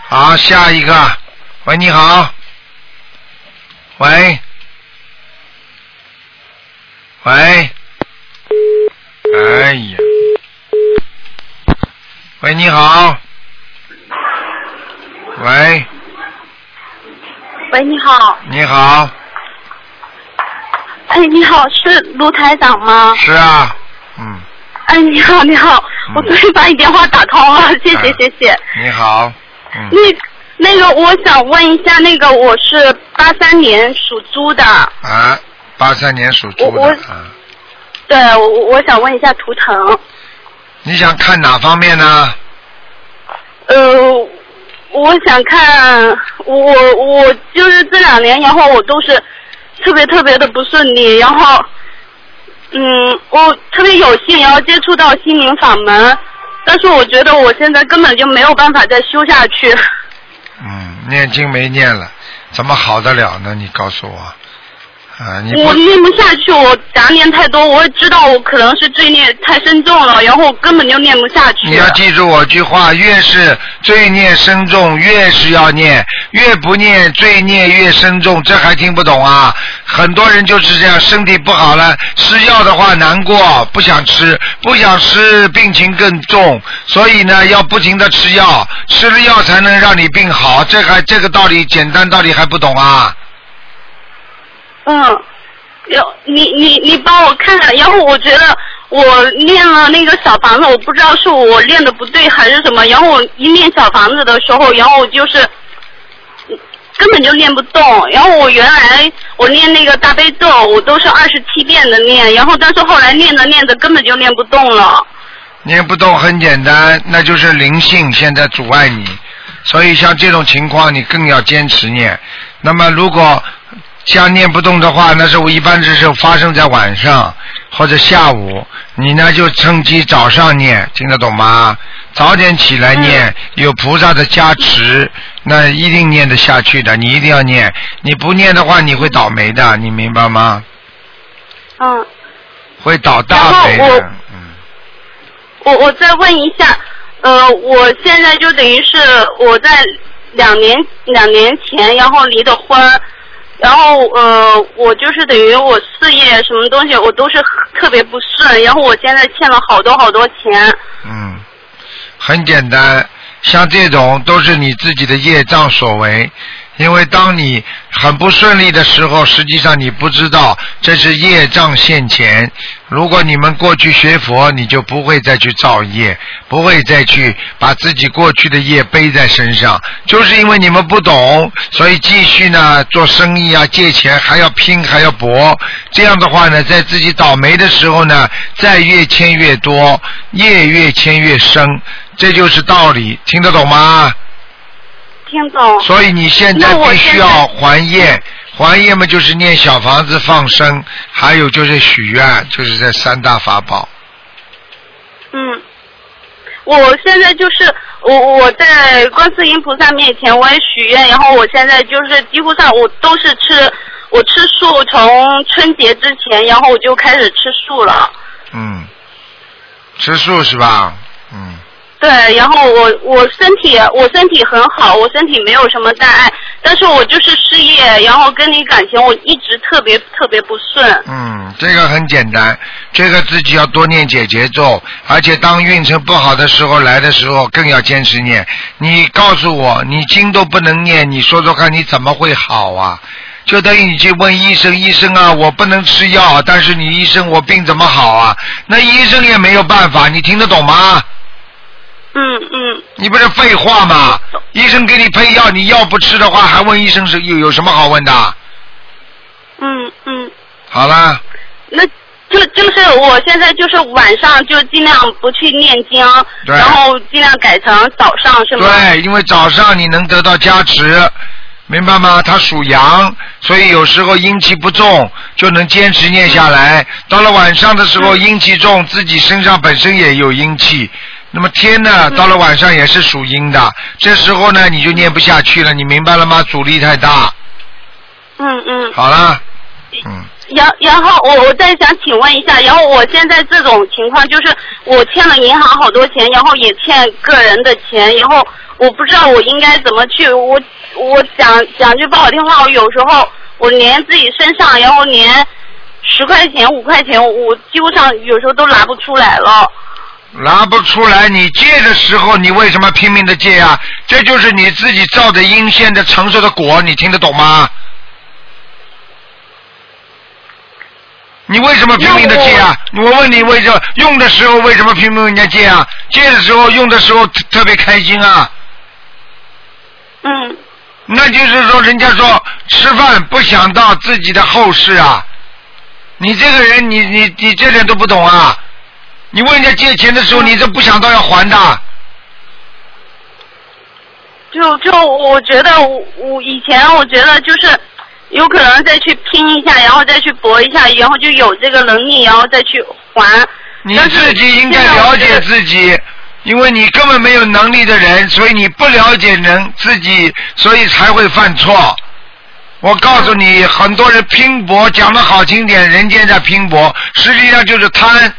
好，下一个。喂，你好。喂，喂，哎呀，喂，你好。喂，喂，你好，你好，哎，你好，是卢台长吗？是嗯啊，哎，你好，你好，我终于把你电话打通了，谢谢，谢谢。你好，嗯，那那个，我想问一下，那个我是八三年属猪的，啊，八三年属猪我我的啊，对，我我想问一下图腾，你想看哪方面呢？呃，我想看，我我我就是这两年，然后我都是特别特别的不顺利，然后，嗯，我特别有幸，然后接触到心灵法门，但是我觉得我现在根本就没有办法再修下去。嗯，念经没念了，怎么好得了呢？你告诉我，啊，你不我念不下去，我杂念太多，我也知道我可能是罪孽太深重了，然后我根本就念不下去。啊你要记住我句话，越是罪孽深重，越是要念，越不念罪孽越深重，这还听不懂啊？很多人就是这样，身体不好了，吃药的话难过，不想吃，不想吃，病情更重，所以呢，要不停的吃药，吃了药才能让你病好，这还这个道理简单道理还不懂啊？嗯，有你你你帮我看看，然后我觉得我练了那个小房子，我不知道是我练的不对还是什么，然后我一练小房子的时候，然后我就是嗯根本就练不动。然后我原来我练那个大悲咒，我都是二十七遍的练，然后但是后来练着练着根本就练不动了。念不动很简单，那就是灵性现在阻碍你，所以像这种情况你更要坚持念。那么如果像念不动的话，那是我一般只是发生在晚上或者下午，你呢就趁机早上念，听得懂吗？早点起来念，嗯有菩萨的加持，那一定念得下去的。你一定要念，你不念的话你会倒霉的，你明白吗？嗯，会倒大霉然后我的。我我再问一下，呃，我现在就等于是我在两年两年前，然后离的婚，然后呃，我就是等于我事业什么东西我都是特别不顺，然后我现在欠了好多好多钱。嗯，很简单，像这种都是你自己的业障所为。因为当你很不顺利的时候，实际上你不知道这是业障现前。如果你们过去学佛，你就不会再去造业，不会再去把自己过去的业背在身上。就是因为你们不懂，所以继续呢做生意啊，借钱还要拼还要搏。这样的话呢，在自己倒霉的时候呢，债越欠越多，业越欠越深，这就是道理，听得懂吗？听懂。所以你现在那我必须现在要还愿，还愿嘛就是念小房子放生，还有就是许愿，就是这三大法宝。嗯，我现在就是我我在观世音菩萨面前我也许愿，然后我现在就是几乎上我都是吃我吃素，从春节之前，然后我就开始吃素了。嗯，吃素是吧？嗯，对，然后我我身体我身体很好，我身体没有什么障碍，但是我就是事业，然后跟你感情我一直特别特别不顺。嗯，这个很简单，这个自己要多念解节奏，而且当运程不好的时候来的时候，更要坚持念。你告诉我，你经都不能念，你说说看，你怎么会好啊？就等于你去问医生，医生啊，我不能吃药，但是你医生我病怎么好啊？那医生也没有办法，你听得懂吗？嗯嗯，你不是废话吗？医生给你配药，你药不吃的话，还问医生是有有什么好问的？嗯嗯，好啦，那就就是我现在就是晚上就尽量不去念经，对然后尽量改成早上是吗？对，因为早上你能得到加持，明白吗？它属阳，所以有时候阴气不重就能坚持念下来。到了晚上的时嗯候，阴气重，自己身上本身也有阴气。那么天呢，嗯到了晚上也是属阴的，这时候呢你就念不下去了，你明白了吗？阻力太大。嗯嗯。好啦，然然后我我再想请问一下，然后我现在这种情况就是我欠了银行好多钱，然后也欠个人的钱，然后我不知道我应该怎么去，我我讲讲句不好听话，我有时候我连自己身上，然后连十块钱、五块钱，我几乎上有时候都拿不出来了。拿不出来，你借的时候你为什么拼命的借啊？这就是你自己造的因，现在承受的果，你听得懂吗？你为什么拼命的借啊？我问你为什么用的时候为什么拼命人家借啊？借的时候用的时候特特别开心啊。嗯。那就是说，人家说吃饭不想到自己的后事啊。你这个人，你你你这点都不懂啊！你问人家借钱的时候，你这不想到要还的。就就我觉得我我以前我觉得就是有可能再去拼一下，然后再去搏一下，然后就有这个能力，然后再去还。你自己应该了解自己，因为你根本没有能力的人，所以你不了解人自己，所以才会犯错。我告诉嗯你，很多人拼搏，讲的好听点，人间在拼搏，实际上就是贪，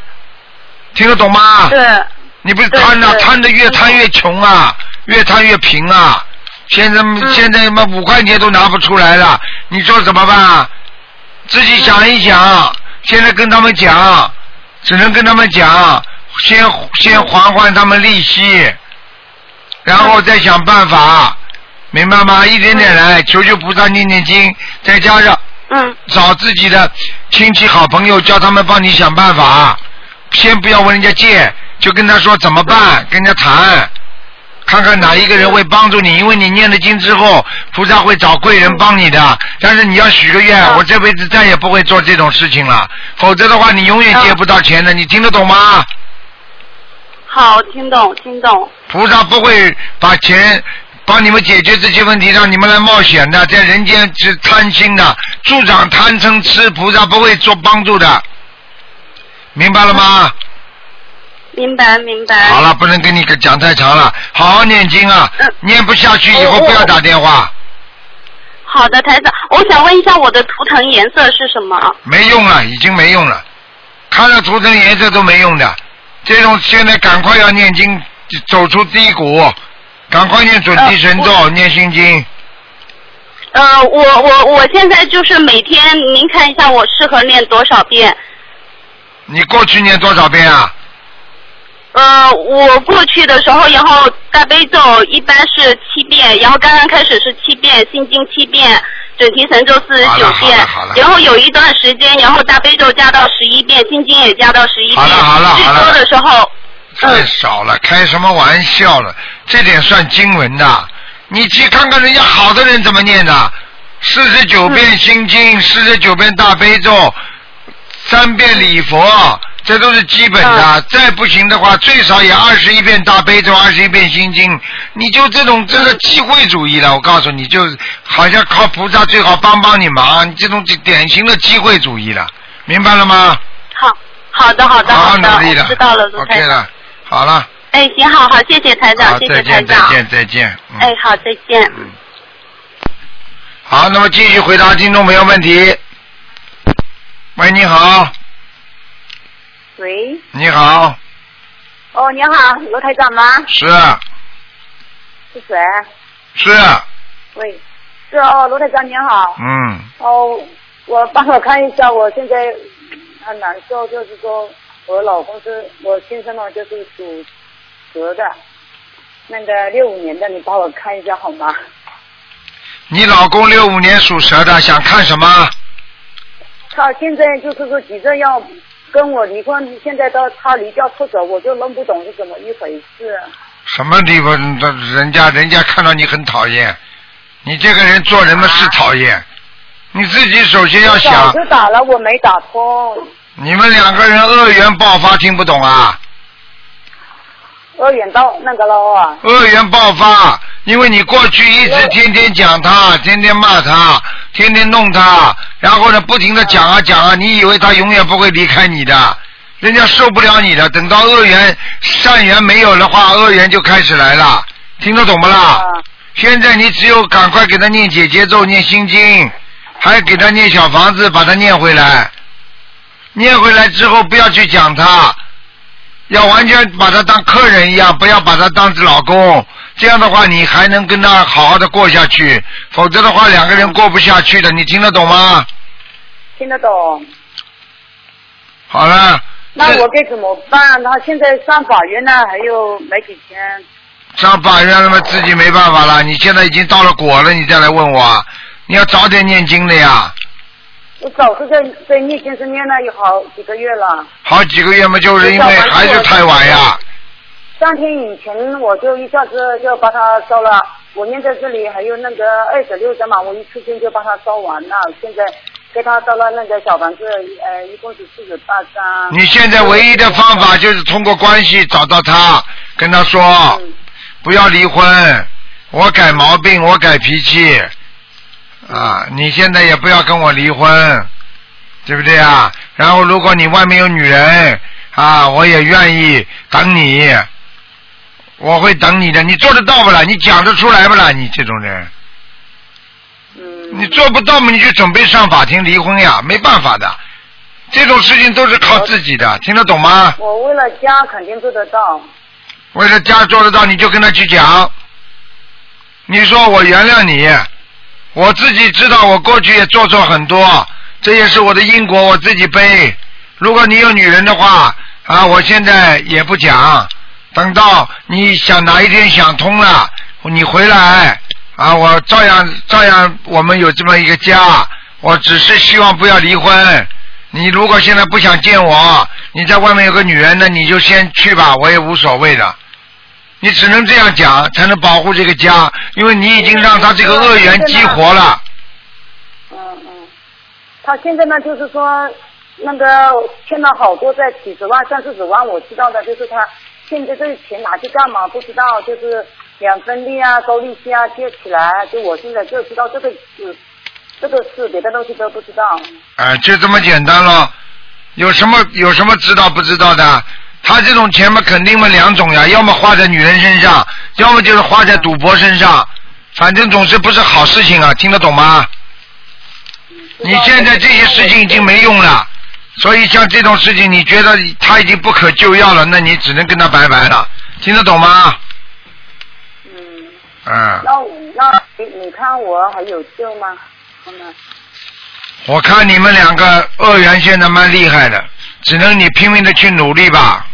听得懂吗？对。你不是贪呐、贪的越贪越穷啊，越贪越贫啊。现在、嗯现在嘛，五块钱都拿不出来了，你说怎么办啊？自己想一想，现在跟他们讲，只能跟他们讲，先先还还他们利息，然后再想办法，明白吗？一点点来，求求菩萨念念经，再加上嗯，找自己的亲戚好朋友，叫他们帮你想办法，先不要问人家借，就跟他说怎么办，跟人家谈。看看哪一个人会帮助你，因为你念了经之后，菩萨会找贵人帮你的。但是你要许个愿，我这辈子再也不会做这种事情了，否则的话你永远借不到钱的。你听得懂吗？好，听懂听懂。菩萨不会把钱帮你们解决这些问题，让你们来冒险的，在人间是贪心的，助长贪嗔痴，菩萨不会做帮助的，明白了吗？明白明白。好了，不能跟你讲太长了，好好念经啊，念不下去以后不要打电话，好的，台长，我想问一下我的图腾颜色是什么？没用了，已经没用了，看到图腾颜色都没用的，这种现在赶快要念经，走出低谷，赶快念准提神咒，念心经，呃，我我我现在就是每天，您看一下我适合练多少遍？你过去念多少遍啊？呃，我过去的时候，然后大悲咒一般是七遍，然后刚刚开始是七遍，心经七遍，准提神咒四十九好遍了好了好了，然后有一段时间，然后大悲咒加到十一遍，心经也加到十一遍，好了最好了多的时候，嗯太少了，开什么玩笑了？这点算经文的？你去看看人家好的人怎么念的，四十九遍心嗯经，四十九遍大悲咒，三遍礼佛，这都是基本的。嗯再不行的话，最少也二十一遍大悲咒，二十一遍心经。你就这种这个机会主义了，我告诉你，就好像靠菩萨最好帮帮你忙，你这种就典型的机会主义了，明白了吗？好，好的好的好好的，努力了我知道了，卢 OK 台长了。，好了。哎，行好好，谢谢台好长，，谢再谢台见，再长。见，再见。嗯，哎，好，再见。好，那么继续回答听众朋友问题。喂，你好，喂，你好，哦，你好，罗台长吗？是是谁？是，喂，是哦，罗台长您好。嗯，哦，我帮我看一下，我现在很难受，就是说我老公是我先生呢，就是属蛇的，那个六五年的，你帮我看一下好吗？你老公六五年属蛇的，想看什么？他现在就是说急着要跟我离婚，现在到他离家出走，我就弄不懂是怎么一回事。什么地方？人家人家看到你很讨厌，你这个人做人嘛是讨厌，你自己首先要我想早，就打了，我没打通，你们两个人恶缘爆发，听不懂啊？我远到那个了啊。恶缘爆发，因为你过去一直天天讲他，天天骂他，天天弄他，然后呢不停的讲啊讲啊，你以为他永远不会离开你的，人家受不了你的，等到恶缘善缘没有的话，恶缘就开始来了，听得懂不啦？现在你只有赶快给他念姐姐咒，念心经，还给他念小房子，把他念回来。念回来之后不要去讲他，要完全把他当客人一样，不要把他当老公。这样的话，你还能跟他好好的过下去，否则的话，两个人过不下去的。你听得懂吗？听得懂。好了，那我该怎么办？他现在上法院呢，还有没几天。上法院了嘛，自己没办法了。你现在已经到了果了，你再来问我，你要早点念经的呀。我早就在在聂先生念了有好几个月了。好几个月嘛，就是因为还是太晚呀。三天以前我就一下子就把它烧了，我念在这里还有那个二十六张嘛，我一次性就把它烧完了。现在给他烧了那个小房子，呃，一共是四十八张。你现在唯一的方法就是通过关系找到他，跟他说，不要离婚，我改毛病，我改脾气，啊，你现在也不要跟我离婚，对不对啊？然后如果你外面有女人，啊，我也愿意等你，我会等你的。你做得到不啦？你讲得出来不啦？你这种人，你做不到嘛，你就准备上法庭离婚呀，没办法的。这种事情都是靠自己的，听得懂吗？我为了家肯定做得到。为了家做得到，你就跟他去讲。你说我原谅你，我自己知道我过去也做错很多，这也是我的因果，我自己背。如果你有女人的话，啊，我现在也不讲，等到你想哪一天想通了，你回来，啊，我照样照样，我们有这么一个家，我只是希望不要离婚。你如果现在不想见我，你在外面有个女人，那你就先去吧，我也无所谓的。你只能这样讲，才能保护这个家，因为你已经让他这个恶缘激活了。他现在呢，就是说那个欠了好多债，几十万、三四十万，我知道的，就是他现在这个钱拿去干嘛不知道，就是两分利啊、高利息啊借起来，就我现在就知道这个事，这个事别的东西都不知道。哎，就这么简单了。有什么有什么知道不知道的？他这种钱嘛，肯定嘛两种呀，要么花在女人身上，要么就是花在赌博身上，反正总之不是好事情啊，听得懂吗？你现在这些事情已经没用了，所以像这种事情，你觉得他已经不可救药了，那你只能跟他拜拜了，听得懂吗？嗯。嗯，那那你你看我还有救吗？真的。我看你们两个恶缘现在蛮厉害的，只能你拼命的去努力吧。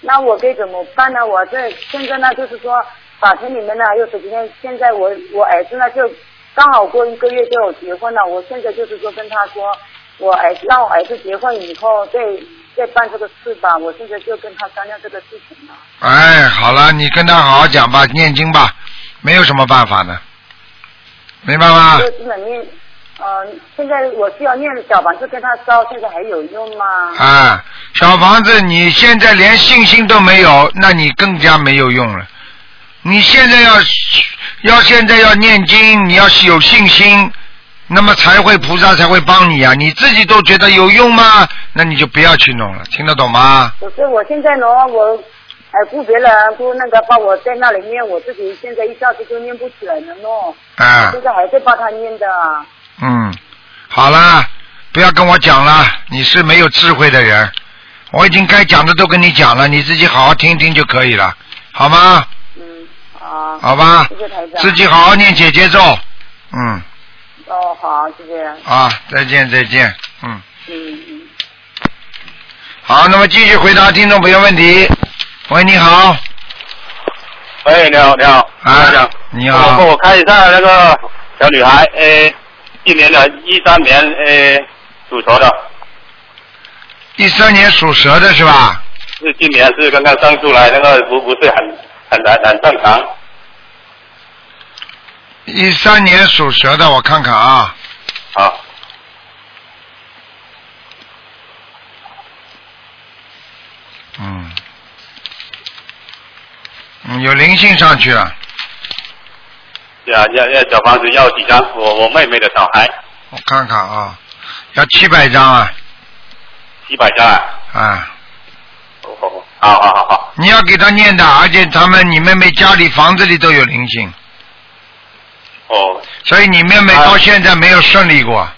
那我该怎么办呢？我这现在呢，就是说法庭里面呢还有十几天，现在我我儿子呢就刚好过一个月就结婚了。我现在就是说跟他说，我儿让我儿子结婚以后再再办这个事吧。我现在就跟他商量这个事情了。哎，好了，你跟他好好讲吧，念经吧，没有什么办法的，明白吗？就基本面，呃，现在我需要念小房子跟他烧，现在还有用吗？啊，小房子，你现在连信心都没有，那你更加没有用了。你现在要要现在要念经，你要是有信心，那么才会菩萨才会帮你啊。你自己都觉得有用吗？那你就不要去弄了，听得懂吗？可是我现在呢，我哎顾别人顾那个帮我在那里念，我自己现在一下子就念不起来了喏。啊现在还在帮他念的啊。嗯，好了，不要跟我讲了，你是没有智慧的人。我已经该讲的都跟你讲了，你自己好好听听就可以了，好吗？啊。好吧谢谢台长。自己好好念姐姐咒。嗯，哦，好，谢谢。啊，再见再见，嗯，嗯嗯。好，那么继续回答听众朋友问题。喂，你好，喂，你好，你好，啊，你我好帮，我看一下那个小女孩，呃，今年的一三年，呃，属蛇的，一三年属蛇的是吧？是今年是刚刚生出来，那个不不是很很难很正常。一三年属蛇的，我看看啊。好。嗯，嗯有灵性上去了，要要要小房子要几张？我我妹妹的小孩我看看啊，要七百张啊七百张啊！啊！哦，好好好好，你要给他念的，而且咱们你妹妹家里房子里都有灵性，哦，所以你妹妹到现在没有顺利过。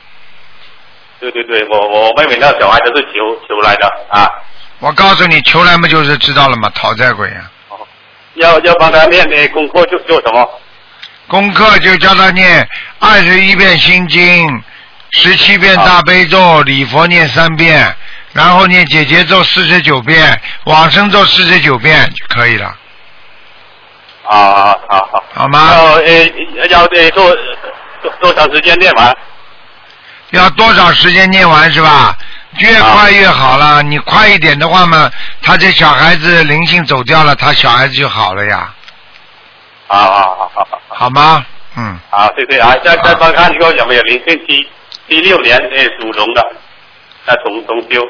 对对对，我我妹妹那小孩都是求求来的啊，我告诉你，求来嘛就是知道了嘛，讨债鬼啊！要要帮她练的功课就做什么？功课就教他念二十一遍心经，十七遍大悲咒，礼佛念三遍，然后念姐姐咒四十九遍，往生咒四十九遍就可以了，啊啊好好。好吗？要呃要呃多多多长时间练完？要多少时间念完是啊吧？越快越好了，你快一点的话嘛，他这小孩子灵性走掉了，他小孩子就好了呀，好啊好好好好好吗？嗯，好，对对啊，再再帮看一个有没有灵性七七六年呃属龙的，那重重修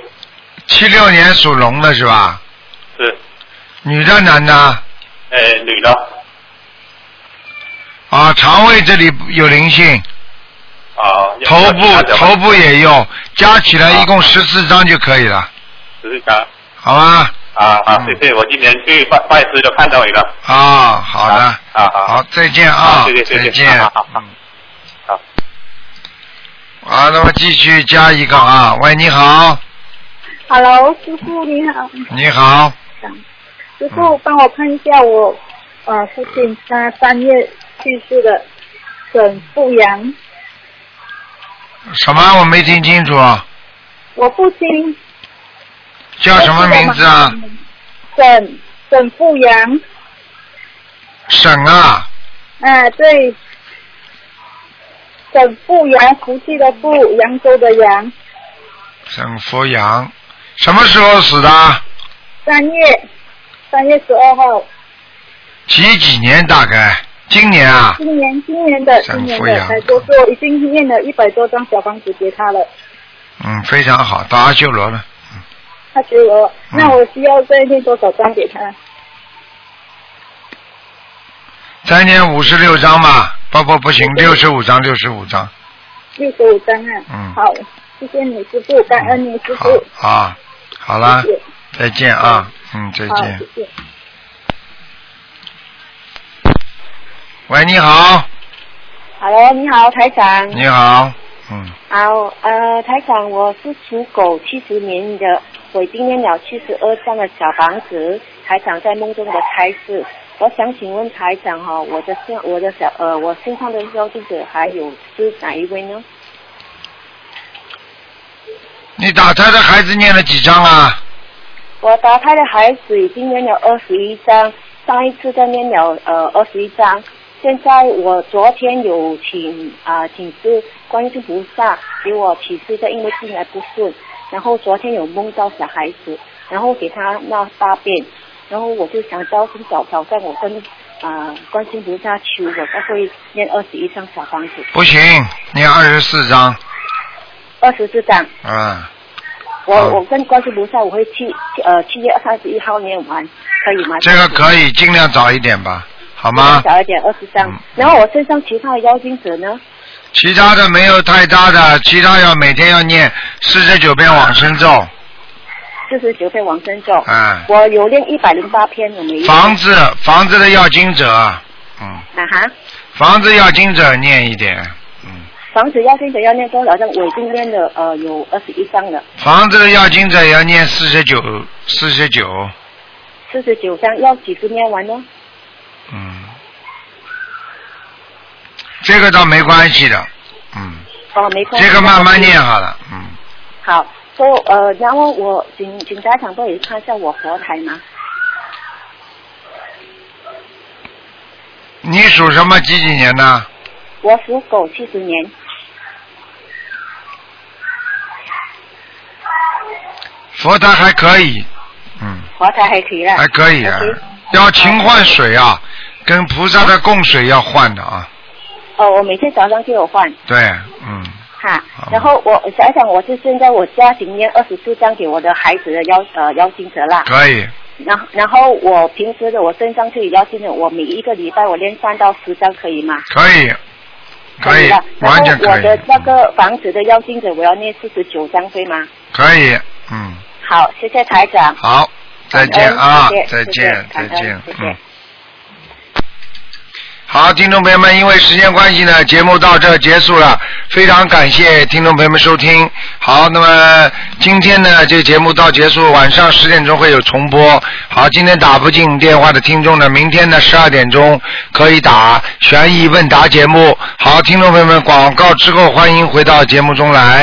七六年属龙的是吧？是女的男的？呃女的啊，肠胃这里有灵性，啊，要头部要几头张小房子部也有，加起来啊一共十四张就可以了，十四张好吗？啊啊，谢谢，我今年去拜拜师就看到你了，啊，好的，啊啊，好，再见啊啊，谢谢，谢谢，再见。嗯 [LAUGHS] 好好好。啊，那么继续加一个啊，喂，你好， Hello，师傅你好，你好，师傅帮我看一下我呃父亲他三月去世的沈富阳，什么？我没听清楚，我父亲叫什么名字啊？沈沈富阳，沈啊，啊对，沈富阳福气的富，扬州的扬，沈福阳，什么时候死的？三月三月十二号，几几年大概？今年啊？今年今年的沈今年富的阳才多做，已经念了一百多张小房子给他了。嗯，非常好，到阿修罗了。他觉得我，嗯那我需要再念多少张给他？再念五十六章吧，不不不行，六十五章，六十五章六十五张啊。嗯好，谢谢你师傅，感恩你师傅。啊，好啦谢谢，再见啊，嗯，再好，见谢。谢。喂，你好， Hello，你好，台长。你好，好，呃，台长，我是属狗，七十年的，我已经念了七十二张的小房子。台长在梦中的开示，我想请问台长哈、我的身，我的小呃，我身上的消毒者还有是哪一位呢？你打胎的孩子念了几章啊？我打胎的孩子已经念了二十一章，上一次在念了呃二十一章。现在我昨天有请啊、请示观世菩萨给我启示一下，因为进来不顺，然后昨天有梦到小孩子，然后给他闹大便，然后我就想招生挑挑战，我跟啊、观世呃菩萨求我才会念二十一章小房子，不行，念二十四章，二十四章。嗯，我我跟观世菩萨我会去呃七月三十一号念完，可以吗？这个可以，尽量早一点吧，好吗？嗯小一点，二十张。然后我身上其他的妖精者呢？其他的没有太大的，其他要每天要念四十九遍往生咒，四十九遍往生咒。嗯，我有练一百零八篇，我没。房子房子的要经者，嗯啊哈，房子要经者念一点，房子妖精者要念多少张？我已经练了呃有二十一张了，房子的要经者也要念四十九四十九，四十九张要几次念完呢？嗯，这个倒没关系的，哦，没空。这个慢慢念好。了，嗯，好，所以呃，然后我请请家长帮我看一下我佛台吗？你属什么？几几年的？我属狗，七十年，佛台还可以，佛台还可以啦。还可以啊 OK。要勤换水啊，跟菩萨的供水要换的啊。哦，我每天早上就有换对，嗯，哈。然后我想一想，我是现在我家里面二十四张给我的孩子的邀呃邀请者啦。可以，然后然后我平时的我身上就有邀请者，我每一个礼拜我练三到十张，可以吗？可以，可以的，然后完全我可的以，那个房子的邀请者，我要念四十九张，对吗？可以，嗯，好，谢谢台长。好，再见啊感恩，再谢谢见，感再恩见，谢谢嗯。好，听众朋友们，因为时间关系呢，节目到这儿结束了。非常感谢听众朋友们收听。好，那么今天呢，这节目到结束，晚上十点钟会有重播。好，今天打不进电话的听众呢，明天呢十二点钟可以打悬疑问答节目。好，听众朋友们，广告之后欢迎回到节目中来。